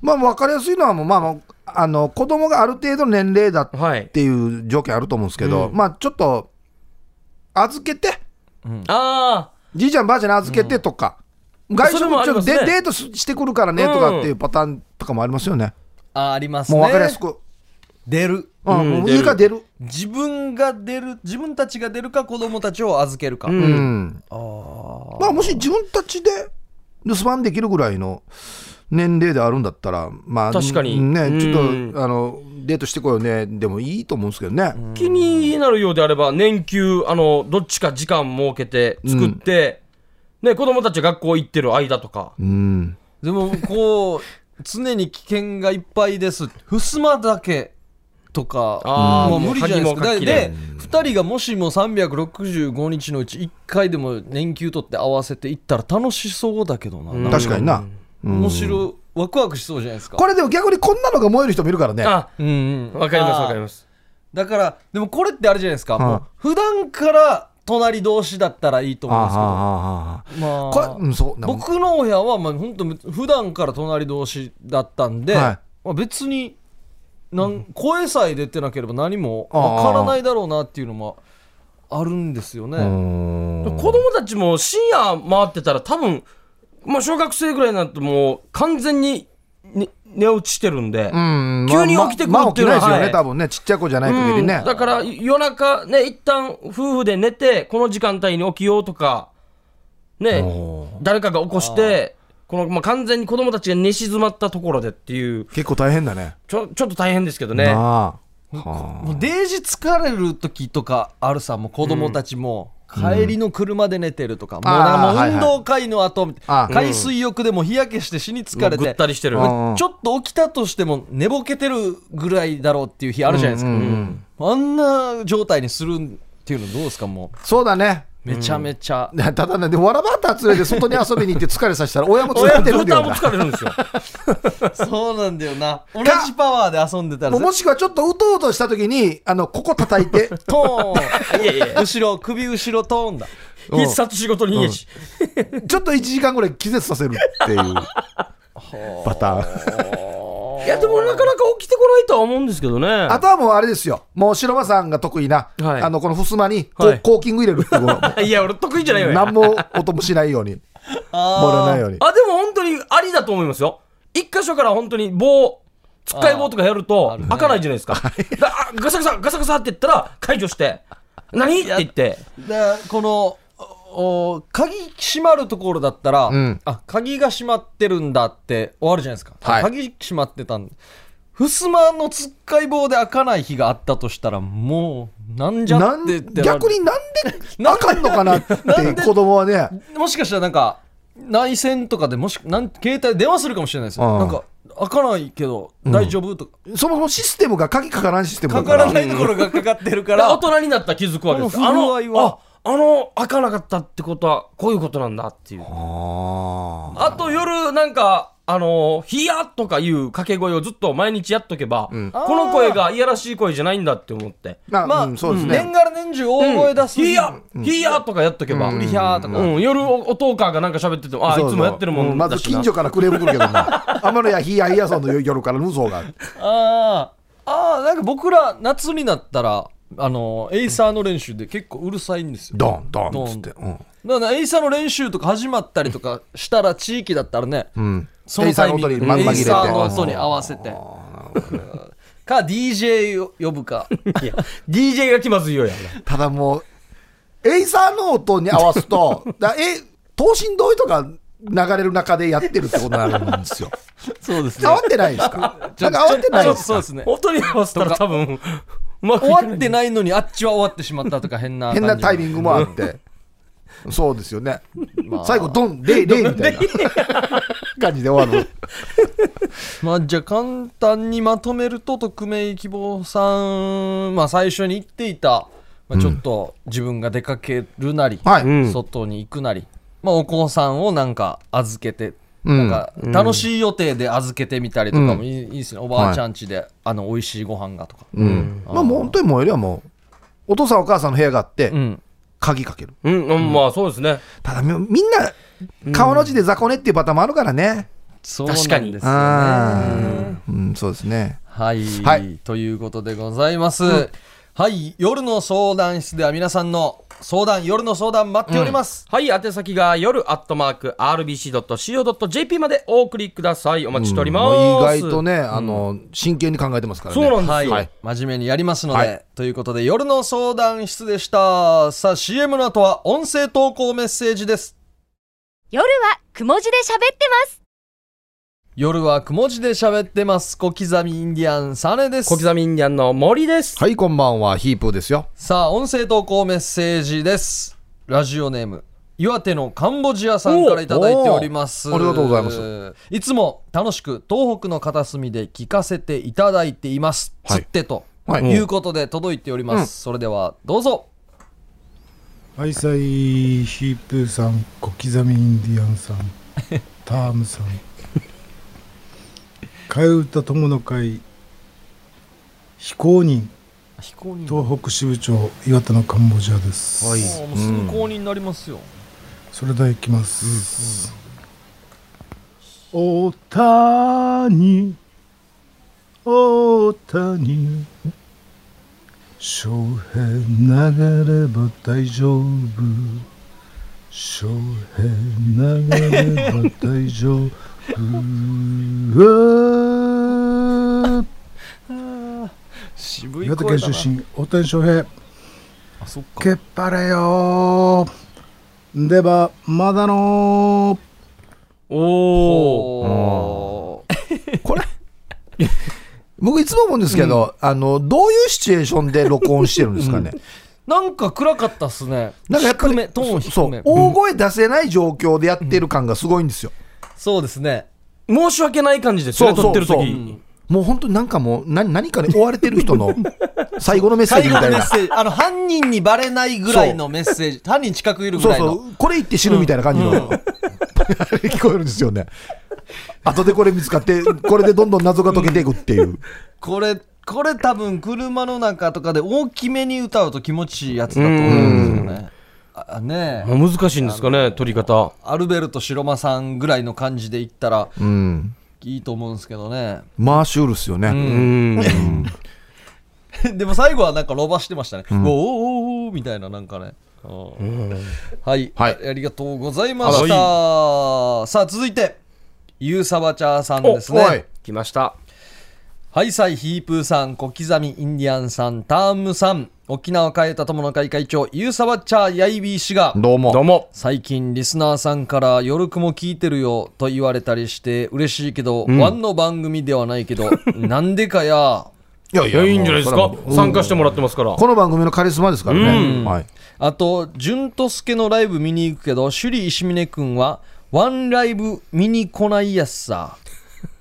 C: まあ分かりやすいのはもう、まあまあ、あの子供がある程度年齢だっ
B: はい、
C: ていう条件あると思うんですけど、まあちょっと預けて
B: あ
C: じいちゃんばあちゃんに預けてとか、外食
B: それもあ
C: ち
B: り
C: ょっ
B: ま
C: と
B: すね
C: デ,、デートししてくるからねとかっていうパターンとかもありますよね、
A: あありますね
C: もう分かりやすく、
A: 出る
C: うん
B: うん
C: もう家から出る
A: 自分が出る自分たちが出るか子供たちを預けるか、
B: あ、う
C: うん
B: ん、
C: まあもし自分たちで留守番できるぐらいの年齢であるんだったらまあ
B: 確かに
C: ねちょっと、
B: うん
C: あのデートしてこいよねでもいいと思うんですけどね、
B: 気になるようであれば年休あのどっちか時間設けて作って、ね、子供たちが学校行ってる間とか、
C: うん、
A: でもこう常に危険がいっぱいです襖だけとか
B: あー
A: もう無理じゃないですかで
B: 鍵もかき
A: で2人がもしも365日のうち1回でも年休取って合わせていったら楽しそうだけどな、
B: うん
A: なんか
C: 確かにな、うん
A: 面白いワクワクしそうじゃないですか
C: これでも逆にこんなのが燃える人もいるからね
B: あ
A: うんうん
B: わかりますわかり
A: す
B: ます。
A: だからでもこれってあれじゃないですか、もう普段から隣同士だったらいいと思うんですけど
C: あ
A: ま
C: あ
A: あ
C: これ、うん、そう僕
A: 僕のお部屋はまあ本当普段から隣同士だったんで、
C: はい
A: まあ、別になん声さえ出てなければ何もわからないだろうなっていうのもあるんですよね。
B: 子供たちも深夜回ってたら多分、まあ、小学生ぐらいになるともう完全にね寝落ちしてるんで、
C: うん
B: 急に起きてくるっていうの
C: まあ
B: は
C: まあ起きないですよね、
B: はい
C: 多分ねちっちゃい子じゃない限りね
B: だから夜中ね一旦夫婦で寝てこの時間帯に起きようとかね誰かが起こしてこの、まあ、完全に子供たちが寝静まったところでっていう
C: 結構大変だね
B: ちょちょっと大変ですけどね
C: なあ
A: もうデージ疲れる時とかあるさもう子供たちも帰りの車で寝てるとか、もうなん
C: あー
A: か
C: はい
A: もう
C: はい
A: 運動会の後、
C: あー
A: 海水浴でも日焼けして死に疲れて、
B: ぐったりしてる
C: うん
A: ちょっと起きたとしても寝ぼけてるぐらいだろうっていう日あるじゃないですか、あんな状態にするっていうのどうですかも
C: そうだね
A: うめちゃめちゃ、
C: ただねでもわらばた連れて外に遊びに行って疲れさせたら親も疲
B: 親
C: れてるん
B: 豚
C: だよ
B: も疲れるんですよ
A: そうなんだよな同じパワーで遊んでたら
C: もうもしくはちょっとうとうとした時にあのここ叩いて
A: トーン
B: いやいやいや
A: 後ろ首後ろトーンだ
B: 必殺仕事に家し、
C: ちょっと1時間ぐらい気絶させるっていうパターン
B: いやでもなかなか起きてこないとは思うんですけどね
C: あとはもうあれですよもう白間さんが得意な、
B: はい
C: あのこの襖にこう、
B: はい
C: コーキング入れるってことも
B: いや俺得意じ ゃないよ
C: 何も音もしないように漏れないように
B: あ、でも本当にありだと思いますよ。一箇所から本当に棒、つっかい棒とかやると開かないじゃないですか。だあガサガサ、ガサガサって言ったら解除して、何って言って。
A: でこのお鍵閉まるところだったら、
C: ん
A: あ鍵が閉まってるんだって終わるじゃないですか、
C: はい
A: 鍵閉まってたん襖のつっかい棒で開かない日があったとしたらもうなんじゃ
C: な
A: っ
C: ん
A: てってなる
C: 逆になんであかんのかなって
A: なんで
C: 子供はね
A: もしかしたらなんか内線とかでもしなん携帯で電話するかもしれないですよ
C: ああ
A: なんか開かないけど大丈夫とか、
C: そもそもシステムが鍵かからんシステムだ
A: か
C: か
A: かららないところがかかってるか
B: だから
A: ら
B: 大人になったら気づくわけです
A: この
B: あ
A: 不具合
B: の
A: は、
B: あ、あの、開かなかったってことは、こういうことなんだっていう。
C: あ
B: あと夜、なんか、あの、ヒヤとかいう掛け声をずっと毎日やっとけば、この声がいやらしい声じゃないんだって思って。
C: ーまあ、
A: まあ、
C: うんそうですね、
A: 年がら年中大声出す、
B: ヒヤヒヤとかやっとけば。
A: ブリヒャーとか、
B: うん、夜お、お父さんがなんか喋ってても、ああ、い
C: そう
B: つ
C: そう
B: もやってるも
C: うんま
B: だ
C: ず
B: しな。
C: 近所からクレーム来るけどな天野屋ひやひやさんの夜から無双が
A: あーあーなんか僕ら夏になったらあのエイサーの練習で結構うるさいんですよ
C: ドンドンっつってうん
A: だからエイサーの練習とか始まったりとかしたら地域だったらね、
C: うん
A: そのタイミング
C: エイサーの音
A: エ
C: に紛れて
A: イサーの音に合わせてか DJ を呼ぶか
B: いや DJ が気まずいようや俺
C: ただもうエイサーの音に合わすとだえ等身同意とか流れる中でやってるってことになるんですよ
A: そうです
C: 合わってないですか
A: ち
C: な
A: ょ
C: んか合わってない
A: ちょっ
C: で
A: と
C: す
A: そう
C: か
A: ですね
B: 音に合わせたら多分うまく
A: 終
B: いか
A: わ
B: ない
A: ってないのにあっちは終わってしまったとか変な
C: 変なタイミングもあ
A: る
C: ってそうですよね、
A: まあ
C: 最後ドンレイレイみたいな感じで終わる
A: まあじゃあ簡単にまとめると匿名希望さん、まあ、最初に言っていた、まあ、ちょっと自分が出かけるなり、
C: はい、
B: うん
A: 外に行くなり、まあ、お子さんをなんか預けて、
C: う
A: な
C: ん
A: んか楽しい予定で預けてみたりとかもいい,、ですねおばあちゃん家で、あの美味しいご飯がとか、
C: うんまあもう本当にもうよりはもうお父さんお母さんの部屋があって、
A: うん
C: 鍵かける
B: うん、うん、まあそうですね
C: ただみみんな顔の字で雑魚寝っていうパターンもあるからね、
A: そうなんですよ
B: 確かに
A: ね
C: ああうんそうですね
A: はい、
C: はい
A: ということでございます、はい夜の相談室では皆さんの相談夜の相談待っております、
B: はい宛先が夜アットマーク RBC.CO.JP までお送りくださいお待ちしております、
C: もう意外とね、あの真剣に考えてますからね
B: そうなんですよ、
A: はい、真面目にやりますので、
C: はい
A: ということで夜の相談室でしたさあ CM の後は音声投稿メッセージです
F: 夜はくも字で喋ってます。
A: 夜はくも字で喋ってます小刻みインディアンサネです
B: 小刻みインディアンの森です、
C: はいこんばんはヒープーですよ
A: さあ音声投稿メッセージですラジオネーム岩手のカンボジアさんからいただいております
C: おーありがとうございます
A: いつも楽しく東北の片隅で聞かせていただいています、
C: はい
A: つってと、
C: はい
A: い、うことで届いております、それではどうぞ
G: はいさいヒープーさん小刻みインディア ンさんタームさん替え歌友の会非公認
A: 非公認
G: 東北支部長岩田のカンボジアです、
C: はい
A: もうすぐ公認になりますよ、
G: それではいきます、おたにおたに翔平流れば大丈夫翔平流れば大丈 夫
A: 渋
G: 岩手県出身大谷翔平
A: あそっか
G: けっぱれよではまだの
B: おお
A: おー
C: これ僕いつも思うんですけど、あのどういうシチュエーションで録音してるんですかね、
A: なんか暗かったっすね
C: なんかやっぱ
A: 低
C: り
A: めトーン
C: そ
A: 低
C: う
A: め
C: 大声出せない状況でやってる感がすごいんですよ、
A: そうですね
B: 申し訳ない感じですね
C: そうそ
B: 撮
C: う
B: ってる
C: そう
B: 時
C: うんもう本当になんかもう何何かに追われてる人の最後のメッセー
A: 最
C: ジ
A: 後
C: み
A: の
C: たい
A: メッ
C: な
A: セージあの犯人にバレないぐらいのメッセージ犯人近くいるぐ
C: そう
A: らい
C: そ
A: の
C: うこれ言って死ぬみたいな感じの、 聞こえるんですよね後でこれ見つかってこれでどんどん謎が解けていくっていう、
A: これこれ多分車の中とかで大きめに歌うと気持ちいいやつだと思うんですよねあねえ
B: まあ難しいんですかね撮り方
A: アルベルト白間さんぐらいの感じで言ったら
C: うん、
A: いいと思うんですけどね
C: マーシュールっすよね、
B: うん
A: でも最後はなんか伸ばしてましたね、おーおーおーみたいななんかねはい、
C: はい
A: あありがとうございました、さあ続いてゆうさばちゃーさんです
C: おおい
A: ね
B: 来ました
A: はいさいヒープーさん小刻みインディアンさんタームさん沖縄変えた友の会会長ゆうさばちゃーやいびー氏が
C: どうも
B: どうも
A: 最近リスナーさんから「夜雲聞いてるよ」と言われたりして嬉しいけど、ワンの番組ではない けどなんでかや
C: いやい
B: いやいいんじゃないです
C: もう
B: か
C: それはもう
B: 参加してもらってますから
C: この番組のカリスマですからね、はい、
A: あと、淳と助のライブ見に行くけど、首里石峰君は、ワンライブ見に来ないやっさ。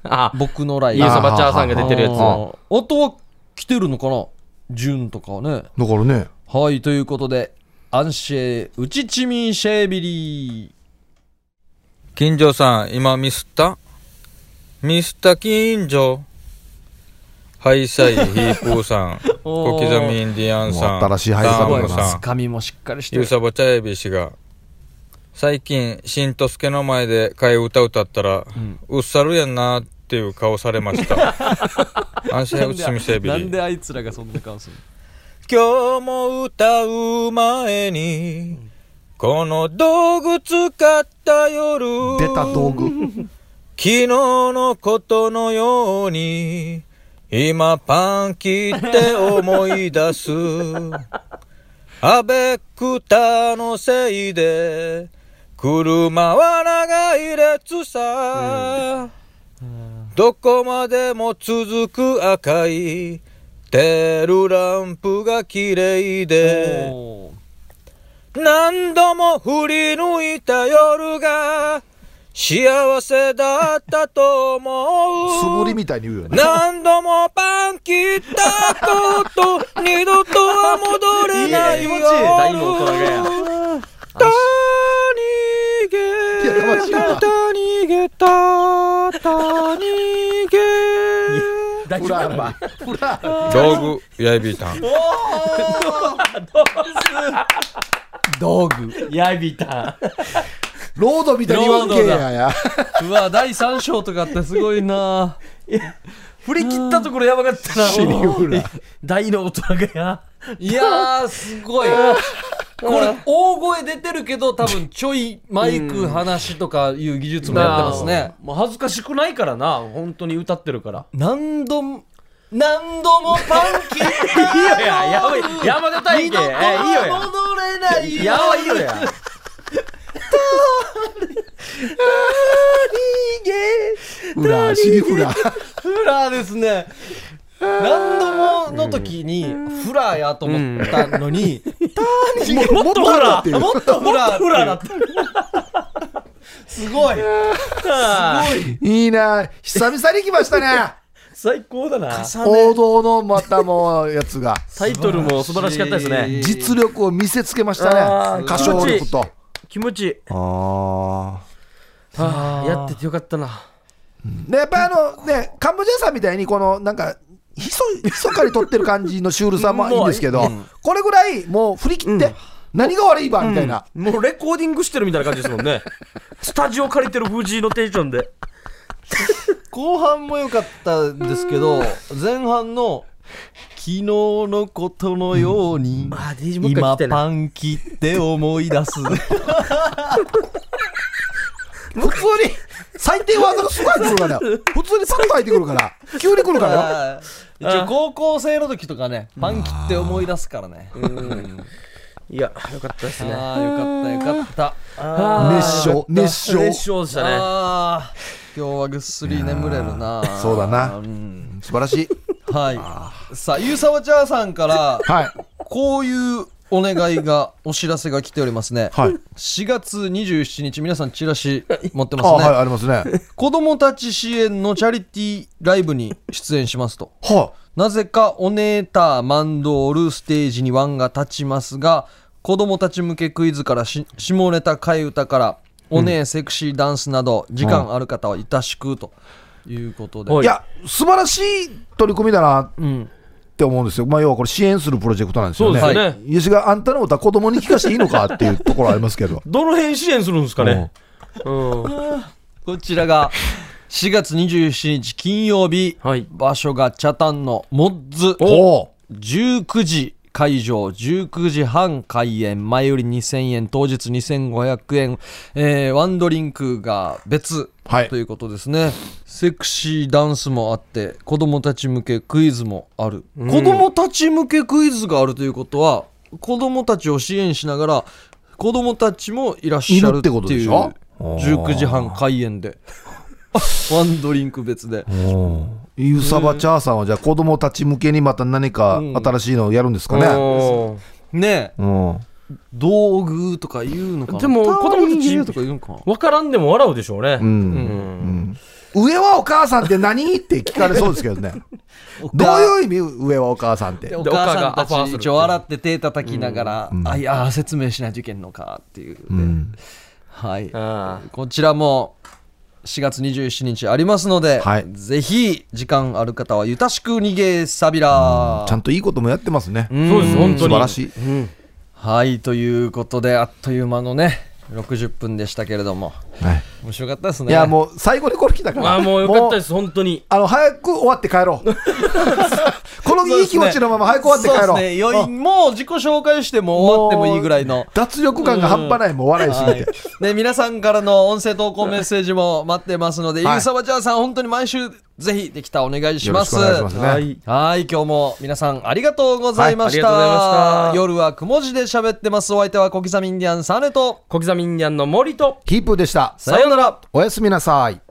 B: あ
A: 僕のライ
B: イエ
A: ブ。
B: スバチャーさんが出てるやつ
A: あー音は来てるのかな淳とかね。
C: だからね
A: はい、ということで、アンシェウチチミンシェービリー。
H: 金城さん、今ミスったミスった金城。ハイサイヒープーさん、小
A: お
H: 刻
A: ー
H: みインディアンさ
C: も
H: ん、
C: う新しいハイサイ
H: ダ
A: す
H: ー
A: ご
H: ム
A: い、
H: さ
A: つ
H: ん、
A: かみもしっかりして
H: ゆう
A: る。
H: さばちゃえび氏が、最近、しんとすけの前で替え歌歌ったら、うっさるやんなーっていう顔されました。安心
A: な
H: や
A: ん
H: う
A: で
H: つみせび
A: なん
H: り
A: で。あいつらがそんな顔するの
H: 今日も歌う前に、この道具使った夜。
C: 出た道具。
H: 昨日のことのように、今パン切って思い出す。アベクタのせいで、車は長い列さ。どこまでも続く赤い、テールランプが綺麗で、何度も振り抜いた夜が幸せだった
C: 素
H: と思
C: 振り
H: う。
C: みたいに 言うよね。
H: 何度もパン切ったこと、二度とは戻れないよ。
A: いいね気持ちいい大
B: の大人がや
H: た逃げ
C: いややばいやばい
H: た逃げたた逃げ
B: 大
C: フ
B: 丈夫
C: ラ
B: か
C: ー
B: な
C: バフラー
H: 道具やいびたん
C: 道具。
B: やびた。
C: ロードみたいに言わんけんやや。
A: うわ第三章とかってすごいな
B: 振り切ったところやばかったな。
C: シリフラー。
B: 大の大人がや。
A: いやーすごいこれ大声出てるけど多分ちょいマイク話とかいう技術もやってますね
B: もう恥ずかしくないからな。本当に歌ってるから。
A: 何度も何度もパン切った
B: いいよや、やばい。山田大輝。えいいよや。
A: 戻れないよ
B: やばいよや。
C: フラー、シリフラー。
A: フラーですね何度もの時にフラーやと思ったのに、
C: ももっとフラーっていう。
A: もっとフラーって
B: フラーだった。
A: すごい
C: いいな久々に来ましたね。
B: 最高だな。
C: 王道のまたもうやつが。
B: タイトルも素晴らしかったですね。
C: 実力を見せつけまし
B: あ
C: た
B: ー
C: ね。歌唱力と。
B: 気持ちいい。
C: ああ。
B: はあやっててよかったな。
C: でやっぱりあのねカンボジアさんみたいにこのなんかひそ ひそかに撮ってる感じのシュールさもいいんですけど、これぐらいもう振り切って、何が悪いばみたいな、
B: もうレコーディングしてるみたいな感じですもんね。スタジオ借りてる藤井のテンションで。
A: 後半も良かったんですけど前半の「昨日のことのように
B: まあ、DJ もう一回聞
A: 今
B: きたいな。
A: パン切って思い 出す」
C: 普通に最低技がすごい来るからよ普通にさっと入ってくるから急に来るからよ
A: 一応高校生の時とかねパン切って思い出すからね
B: いや、よかったですね。
A: ああよかったよかった
B: あー
C: 熱唱熱唱
B: 熱唱でしたね。
A: ああ今日はぐっすり眠れるな
C: そうだなん素晴らしい
A: はいさあゆうさわちゃーさんから
C: はい
A: こういうお願いがお知らせが来ておりますね
C: はい
A: 4月27日皆さんチラシ持って
C: あ
A: ますね、
C: はいありますねはい
A: 子供たち支援のチャリティーライブに出演しますとなぜかお姉たマンドールステージにワンが立ちますが子供たち向けクイズからし下ネタ替え歌からお姉セクシーダンスなど時間ある方はいたしくということで、
B: はい
C: いや素晴らしい取り組みだな
B: うん。
C: って思うんですよ、まあ、要はこれ支援するプロジェクトなんですよね。
B: そうですよね。
C: はい吉があんたの歌子供に聞かしていいのかっていうところありますけど
B: どの辺支援するんですかね。うん。は
A: こちらが4月27日金曜日、
B: い。
A: 場所がチャタンのモッズ
C: おお
A: 19時会場19時半開演前より2000円当日2500円、えーワンドリンクが別
C: はい
A: ということですね、セクシーダンスもあって子供たち向けクイズもある、子供たち向けクイズがあるということは子供たちを支援しながら子供たちもいらっしゃるっていう
C: いるってことでしょ
A: 19時半開演で ワンドリンク別で
C: ゆうさばチャーさんはじゃあ子供たち向けにまた何か新しいのをやるんですかね。
B: おー
A: ねえ
C: うん
A: 道具とか言うのかな
B: でも子供たち
A: ターニングとか言うのかな
B: わからんでも笑うでしょうね。
C: うん上はお母さんって何って聞かれそうですけど ね。どういう意味上はお母さんって
A: で。お
B: でお母
A: 母さ
B: さ
A: ん
B: ん
A: た
B: た
A: ち
B: ちに
A: 一応笑って手叩きながら、あいやー説明しないといけんのかっていう、ねはい
B: あ
A: こちらも4月27日ありますので、
C: はい
A: ぜひ時間ある方はゆたしく逃げさびら
C: ちゃんといいこともやってますね。
B: そうです、本当に。
C: 素晴らしい。
A: はいということであっという間のね60分でしたけれども、
C: はい
A: 面白かったですね
C: いやもう最後にこれ来たから
B: まあもうよかったです、本当に。
C: あの早く終わって帰ろ うこのいい気持ちのまま早く終わって帰
A: そう
C: ろう
A: ですねよいもう自己紹介しても終わってもいいぐらいの
C: 脱力感が半端ないもう笑いすぎて
A: ね、皆さんからの音声投稿メッセージも待ってますので、
C: はい
A: ゆうさばちゃんさん、本当に毎週、ぜひできたらお願いし
C: よろ
A: ま
C: し
A: す。
C: くお願いしますね
B: はい。
A: はい、今日も皆さんありがとうございました。
B: はいありがとうございました
A: 夜はくも字で喋ってます。お相手は小刻みインディアンサネと、
B: 小刻みインディアンの森と、
C: キープでした
A: さようなら。
C: おやすみなさい